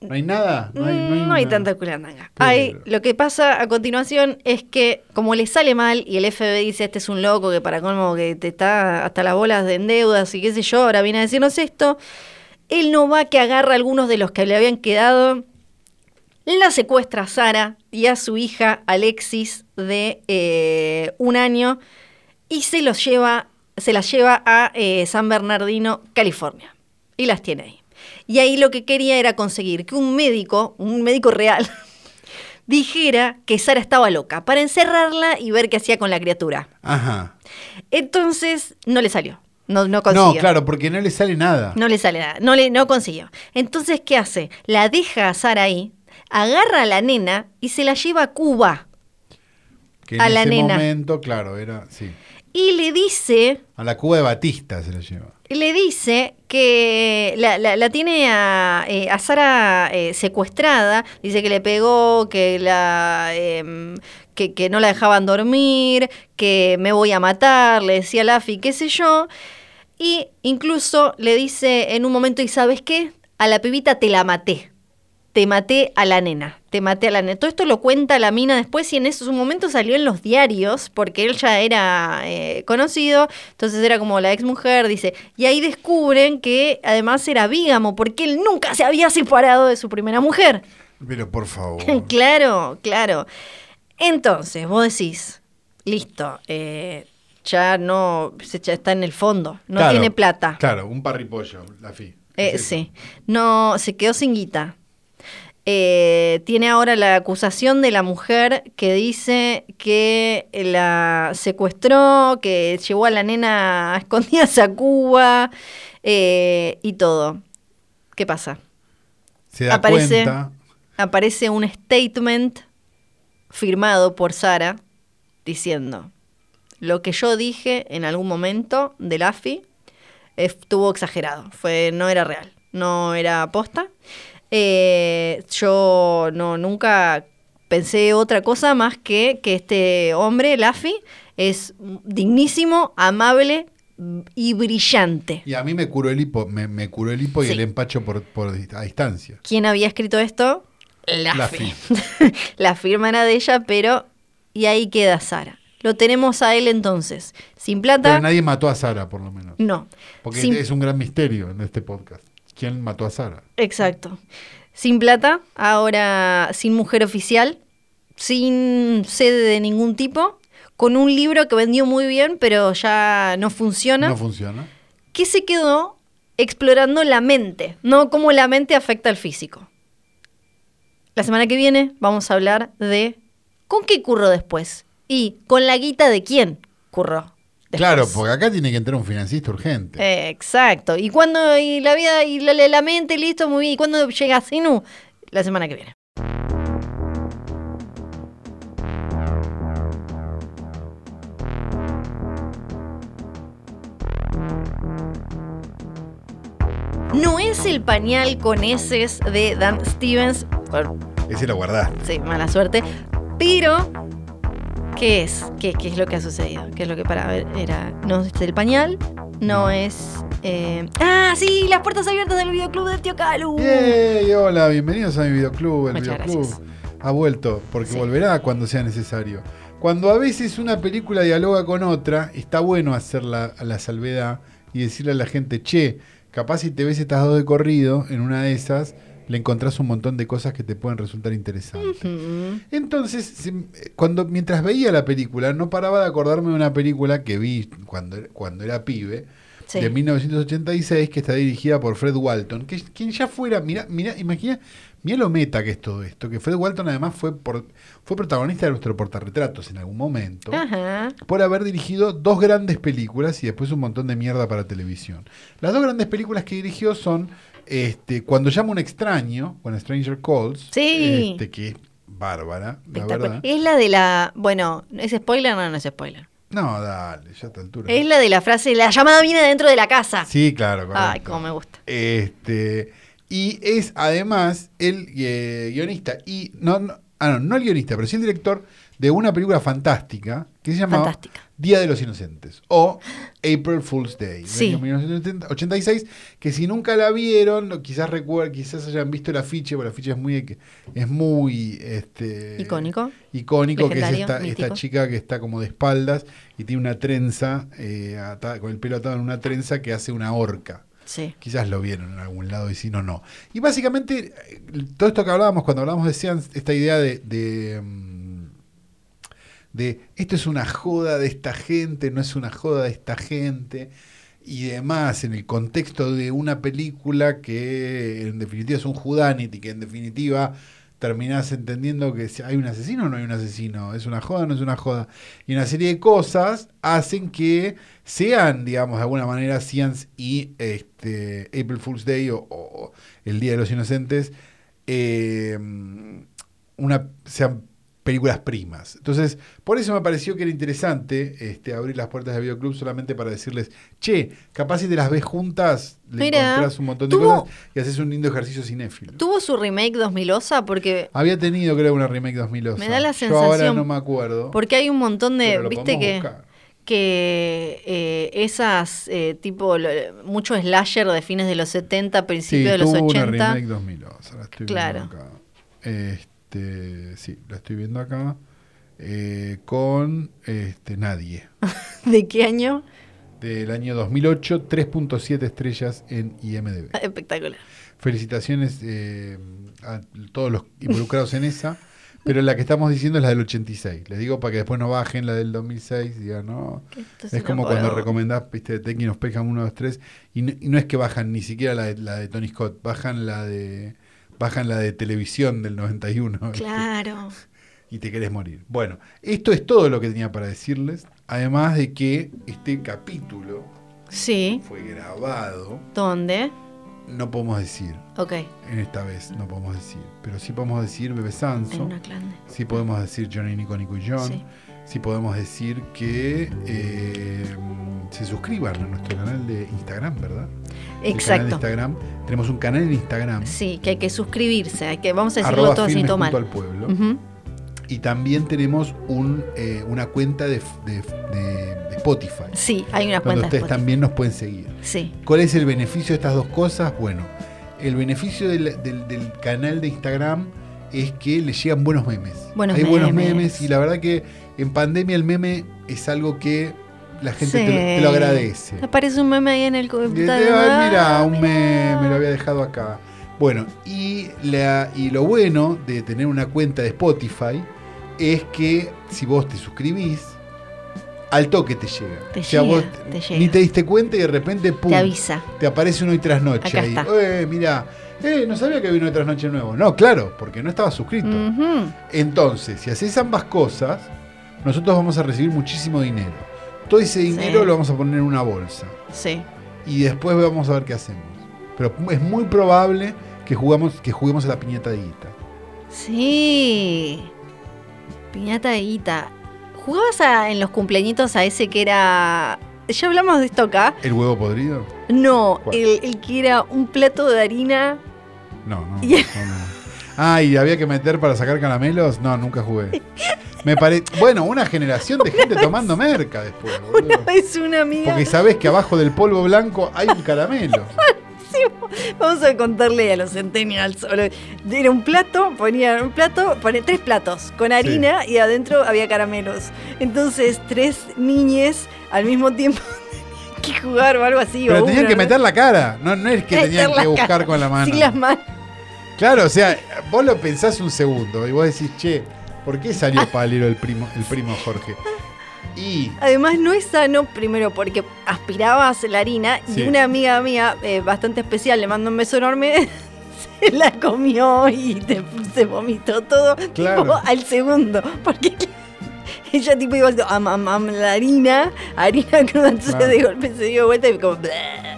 Speaker 3: No hay nada. No hay, no hay
Speaker 2: Mm, no hay
Speaker 3: nada.
Speaker 2: tanta culiandanga.
Speaker 3: Pero-
Speaker 2: Hay, lo que pasa a continuación es que, como le sale mal y el FBI dice, este es un loco que para colmo que te está hasta las bolas de en deudas y qué sé yo, ahora viene a decirnos esto, él no va que agarra a algunos de los que le habían quedado, la secuestra a Sara y a su hija Alexis de eh, un año y se los lleva se las lleva a eh, San Bernardino, California. Y las tiene ahí. Y ahí lo que quería era conseguir que un médico, un médico real, dijera que Sara estaba loca para encerrarla y ver qué hacía con la criatura.
Speaker 3: Ajá.
Speaker 2: Entonces, no le salió. No, no
Speaker 3: No,
Speaker 2: consiguió.
Speaker 3: claro, porque no le sale nada.
Speaker 2: No le sale nada, no, le, no consiguió. Entonces, ¿qué hace? La deja a Sara ahí, agarra a la nena y se la lleva a Cuba.
Speaker 3: que en
Speaker 2: a la
Speaker 3: ese
Speaker 2: nena.
Speaker 3: momento, claro, era. Sí.
Speaker 2: Y le dice,
Speaker 3: A la Cuba de Batista se la lleva.
Speaker 2: le dice que la, la- la tiene a, eh, a Sara eh, secuestrada, dice que le pegó, que la... em, que, que no la dejaban dormir, que me voy a matar, le decía Laffy, qué sé yo. Y incluso le dice en un momento, ¿y sabes qué? A la pibita te la maté. Te maté a la nena, te maté a la nena. Todo esto lo cuenta la mina después y en esos momentos salió en los diarios porque él ya era eh, conocido, entonces era como la ex mujer, dice. Y ahí descubren que además era bígamo porque él nunca se había separado de su primera mujer.
Speaker 3: Pero por favor.
Speaker 2: Claro, claro. Entonces, vos decís, listo, eh, ya no, se- ya está en el fondo, no
Speaker 3: Claro,
Speaker 2: tiene plata.
Speaker 3: Claro, un parripollo, la FI.
Speaker 2: Eh,
Speaker 3: Es eso.
Speaker 2: sí, no, se quedó sin guita. Eh, tiene ahora la acusación de la mujer que dice que la secuestró, que llevó a la nena a escondidas a Cuba eh, y todo. ¿Qué pasa?
Speaker 3: Se da
Speaker 2: Aparece-
Speaker 3: cuenta.
Speaker 2: aparece un statement firmado por Sara diciendo, lo que yo dije en algún momento de AFI estuvo exagerado, fue, no era real, no era aposta. yo no, nunca pensé otra cosa más que que este hombre, Laffy, es dignísimo, amable y brillante.
Speaker 3: Y a mí me curó el hipo, me, me curó el hipo y
Speaker 2: Sí.
Speaker 3: el empacho por, por di- a distancia.
Speaker 2: ¿Quién había escrito esto?
Speaker 3: Laffy.
Speaker 2: La firma era de ella, pero. Y ahí queda Sara. Lo tenemos a él entonces. Sin plata.
Speaker 3: Pero nadie mató a Sara, por lo menos.
Speaker 2: No.
Speaker 3: Porque
Speaker 2: Sin-
Speaker 3: es un gran misterio en este podcast. ¿Quién mató a Sara?
Speaker 2: Exacto. Sin plata, ahora sin mujer oficial, sin sede de ningún tipo, con un libro que vendió muy bien, pero ya no funciona.
Speaker 3: No funciona.
Speaker 2: que se quedó explorando la mente, no cómo la mente afecta al físico. La semana que viene vamos a hablar de con qué curró después y con la guita de quién curró. después.
Speaker 3: Claro, porque acá tiene que entrar un financista urgente.
Speaker 2: Eh, Exacto. Y cuando y la vida y la, la- la mente listo muy bien. ¿Y cuando llega a Sinu? La semana que viene. No es el pañal con heces de Dan Stevens. Bueno,
Speaker 3: Ese la guardás.
Speaker 2: sí, mala suerte. Pero, ¿qué es? ¿Qué, qué es lo que ha sucedido? ¿Qué es lo que para ver era? No es el pañal, no es. eh, ¡Ah, sí! Las puertas abiertas del videoclub del tío Calu.
Speaker 3: Yay, hola, bienvenidos a mi videoclub. El
Speaker 2: Muchas
Speaker 3: videoclub
Speaker 2: gracias.
Speaker 3: ha vuelto, porque
Speaker 2: Sí.
Speaker 3: volverá cuando sea necesario. Cuando a veces una película dialoga con otra, está bueno hacer la, la salvedad y decirle a la gente, che, capaz si te ves estas dos de corrido, en una de esas, le encontrás un montón de cosas que te pueden resultar interesantes.
Speaker 2: Mm,
Speaker 3: Entonces, se- cuando, mientras veía la película, no paraba de acordarme de una película que vi cuando, cuando era pibe,
Speaker 2: sí.
Speaker 3: de 1986, que está dirigida por Fred Walton, que quien ya fuera, mira, mira, imagina, mira lo meta que es todo esto, que Fred Walton además fue, por, fue protagonista de nuestro portarretratos en algún momento,
Speaker 2: Ajá.
Speaker 3: por haber dirigido dos grandes películas y después un montón de mierda para televisión. Las dos grandes películas que dirigió son este, Cuando llama un extraño, When a Stranger Calls,
Speaker 2: Sí.
Speaker 3: este, que es bárbara, la
Speaker 2: Espectacular.
Speaker 3: verdad.
Speaker 2: Es la de la. Bueno, ¿es spoiler? No, no es spoiler.
Speaker 3: No, dale, ya a esta altura.
Speaker 2: Es la de la frase: la llamada viene de dentro de la casa.
Speaker 3: Sí, claro.
Speaker 2: Ay,
Speaker 3: correcto.
Speaker 2: cómo me gusta.
Speaker 3: Este, y es además el eh, guionista, y no, no, ah, no, no el guionista, pero sí el director de una película fantástica que se llama
Speaker 2: Fantástica.
Speaker 3: Día de los Inocentes o April Fool's Day, del
Speaker 2: Sí.
Speaker 3: año 1986, que si nunca la vieron, no, quizás recuer- quizás hayan visto el afiche, porque el afiche es muy, es muy este,
Speaker 2: Icónico.
Speaker 3: icónico, que es
Speaker 2: Legendario,
Speaker 3: esta,
Speaker 2: mítico.
Speaker 3: esta chica que está como de espaldas y tiene una trenza, eh, atada- con el pelo atado en una trenza que hace una horca.
Speaker 2: Sí.
Speaker 3: Quizás lo vieron en algún lado y si no, no. Y básicamente, eh, todo esto que hablábamos cuando hablábamos de Sean, esta idea de, de, mm, de esto es una joda de esta gente, no es una joda de esta gente y demás en el contexto de una película que en definitiva es un Judanity, que en definitiva terminás entendiendo que si hay un asesino o no hay un asesino, es una joda o no es una joda. Y una serie de cosas hacen que sean, digamos, de alguna manera Science y este, April Fool's Day o, o El Día de los Inocentes eh, una, sean películas primas. Entonces, por eso me pareció que era interesante este, abrir las puertas de Videoclub solamente para decirles, che, capaz si te las ves juntas, le
Speaker 2: Mirá,
Speaker 3: encontrás un montón de
Speaker 2: tuvo-
Speaker 3: cosas y haces un lindo ejercicio cinéfilo.
Speaker 2: ¿Tuvo su remake 2000osa? Porque,
Speaker 3: Había tenido, creo, una remake 2008.
Speaker 2: Me da la
Speaker 3: Yo ahora
Speaker 2: sensación-
Speaker 3: no me acuerdo.
Speaker 2: porque hay un montón de.
Speaker 3: pero lo
Speaker 2: ¿Viste
Speaker 3: podemos
Speaker 2: que.?
Speaker 3: buscar.
Speaker 2: que eh, esas, eh, tipo, lo- mucho slasher de fines de los 70,
Speaker 3: Sí,
Speaker 2: principios de los
Speaker 3: tuvo una
Speaker 2: 80.
Speaker 3: remake 2011. La estoy
Speaker 2: Claro.
Speaker 3: viendo acá. Este, sí, la estoy viendo acá. eh, con este, Nadie.
Speaker 2: ¿De qué año?
Speaker 3: Del año 2008, 3.7 estrellas en IMDb.
Speaker 2: Ah, Espectacular.
Speaker 3: Felicitaciones eh, a todos los involucrados en esa. Pero la que estamos diciendo es la del 86. Les digo para que después no bajen la del 2006. Digan, no.
Speaker 2: Que esto
Speaker 3: Es,
Speaker 2: una
Speaker 3: como cuando
Speaker 2: poronga.
Speaker 3: recomendás, viste, Tekken of Peckham 1, 2, 3, y no, y no es que bajan ni siquiera la de, la de Tony Scott, bajan la de bajan la de televisión del 91. ¿viste?
Speaker 2: Claro.
Speaker 3: Y te querés morir. Bueno, esto es todo lo que tenía para decirles, además de que este capítulo
Speaker 2: Sí.
Speaker 3: fue grabado,
Speaker 2: ¿Dónde?
Speaker 3: no podemos decir,
Speaker 2: Ok.
Speaker 3: en esta vez no podemos decir, pero sí podemos decir Bebe
Speaker 2: En
Speaker 3: Sanso,
Speaker 2: una clan.
Speaker 3: sí podemos decir Johnny Nico Nico y John,
Speaker 2: Sí.
Speaker 3: sí podemos decir que eh, se suscriban a nuestro canal de Instagram, ¿verdad? El canal de
Speaker 2: Exacto.
Speaker 3: Instagram. Tenemos un canal en Instagram.
Speaker 2: Sí, que hay que suscribirse. Hay que, vamos a decirlo
Speaker 3: arroba
Speaker 2: todo sin
Speaker 3: filmes
Speaker 2: tomar.
Speaker 3: junto al pueblo.
Speaker 2: Ujú.
Speaker 3: Y también tenemos un, eh, una cuenta de, de- de- de Spotify.
Speaker 2: Sí, hay una
Speaker 3: donde
Speaker 2: cuenta. de
Speaker 3: ustedes también nos pueden seguir.
Speaker 2: Spotify. Sí.
Speaker 3: ¿Cuál es el beneficio de estas dos cosas? Bueno, el beneficio del, del- del canal de Instagram es que le llegan buenos memes.
Speaker 2: Buenos
Speaker 3: Hay buenos
Speaker 2: memes.
Speaker 3: memes y la verdad que en pandemia el meme es algo que la gente
Speaker 2: Sí.
Speaker 3: te, lo, te lo agradece.
Speaker 2: Aparece un meme ahí en el.
Speaker 3: Y te- ay, mira, un meme, lo había dejado acá. Bueno, y, la, y lo bueno de tener una cuenta de Spotify es que si vos te suscribís, al toque te llega.
Speaker 2: Te
Speaker 3: O sea,
Speaker 2: llega,
Speaker 3: vos
Speaker 2: te llega.
Speaker 3: ni te diste cuenta y de repente pum,
Speaker 2: Te avisa.
Speaker 3: te aparece un hoy tras noche.
Speaker 2: Acá
Speaker 3: ahí.
Speaker 2: está.
Speaker 3: Eh, mira, eh, no sabía que había un hoy tras noche nuevo. No, claro, porque no estaba suscrito.
Speaker 2: Ujú.
Speaker 3: Entonces, si haces ambas cosas, nosotros vamos a recibir muchísimo dinero. Todo ese dinero lo vamos a poner en una bolsa
Speaker 2: Sí.
Speaker 3: y después vamos a ver qué hacemos. Pero es muy probable que jugamos, que juguemos a la piñata de guita.
Speaker 2: Sí. Piñata de guita. ¿Jugabas a- en los cumpleañitos a ese que era... ¿Ya hablamos de esto acá?
Speaker 3: ¿El huevo podrido?
Speaker 2: No,
Speaker 3: ¿Cuál?
Speaker 2: el, el que era un plato de harina.
Speaker 3: No, no.
Speaker 2: Y-
Speaker 3: no, no. Ah, y había que meter para sacar caramelos. No, nunca jugué. Me pare... Bueno, una generación de gente tomando merca después, boludo.
Speaker 2: Una vez una amiga...
Speaker 3: Ah. Porque sabés que abajo del polvo blanco hay un caramelo.
Speaker 2: Vamos a contarle a los centennials. o lo- Era un plato, ponían un plato, ponían tres platos con harina y adentro había caramelos. Entonces, tres niñes al mismo tiempo tenían que jugar o algo así.
Speaker 3: Pero
Speaker 2: o
Speaker 3: tenían
Speaker 2: uno,
Speaker 3: que
Speaker 2: ¿no?
Speaker 3: meter la cara. No, no es que
Speaker 2: Meter
Speaker 3: tenían
Speaker 2: la
Speaker 3: que buscar
Speaker 2: cara.
Speaker 3: con la mano.
Speaker 2: Sí, las manos.
Speaker 3: Claro, o sea, vos lo pensás un segundo y vos decís, che, ¿por qué salió palero el primo, el primo Jorge? Y
Speaker 2: Además no es sano, primero porque aspirabas la harina
Speaker 3: Sí.
Speaker 2: y una amiga mía eh, bastante especial, le mando un beso enorme, se la comió y te- se vomitó todo
Speaker 3: Claro.
Speaker 2: tipo, al segundo. Porque ella tipo iba haciendo, am, am, am, la harina, harina cruda, entonces
Speaker 3: Claro.
Speaker 2: de golpe se dio vuelta y como... "Bleh".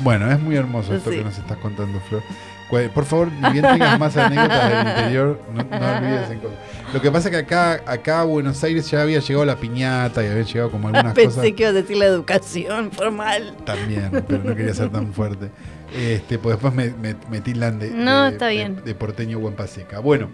Speaker 3: Bueno, es muy hermoso esto
Speaker 2: Sí.
Speaker 3: que nos estás contando, Flor. Cu- Por favor, ni bien tengas más anécdotas del interior, no, no olvides en cosas. Lo que pasa es que acá, acá a Buenos Aires ya había llegado la piñata y había llegado como algunas
Speaker 2: Pensé
Speaker 3: cosas
Speaker 2: que ibas a decir la educación formal.
Speaker 3: también, pero no quería ser tan fuerte. Este, pues después me, me, me tildan de,
Speaker 2: No,
Speaker 3: de-
Speaker 2: está
Speaker 3: de-
Speaker 2: bien.
Speaker 3: de porteño Huampa Seca. Bueno,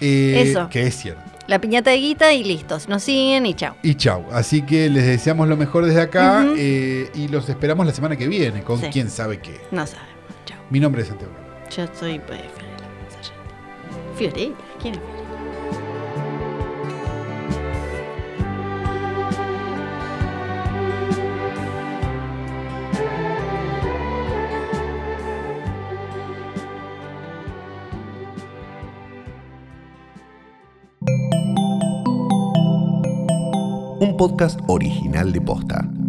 Speaker 3: eh,
Speaker 2: Eso.
Speaker 3: que es cierto.
Speaker 2: La piñata de guita y listos, nos siguen y chao.
Speaker 3: Y chau. Así que les deseamos lo mejor desde acá
Speaker 2: Ujú.
Speaker 3: eh, y los esperamos la semana que viene con
Speaker 2: Sí.
Speaker 3: quién sabe qué.
Speaker 2: No sabemos, chao.
Speaker 3: Mi nombre es Santiago.
Speaker 2: Yo soy pues, Fiorella Sargenti. Fiorella, ¿quién es Fiorella?
Speaker 1: un podcast original de Posta.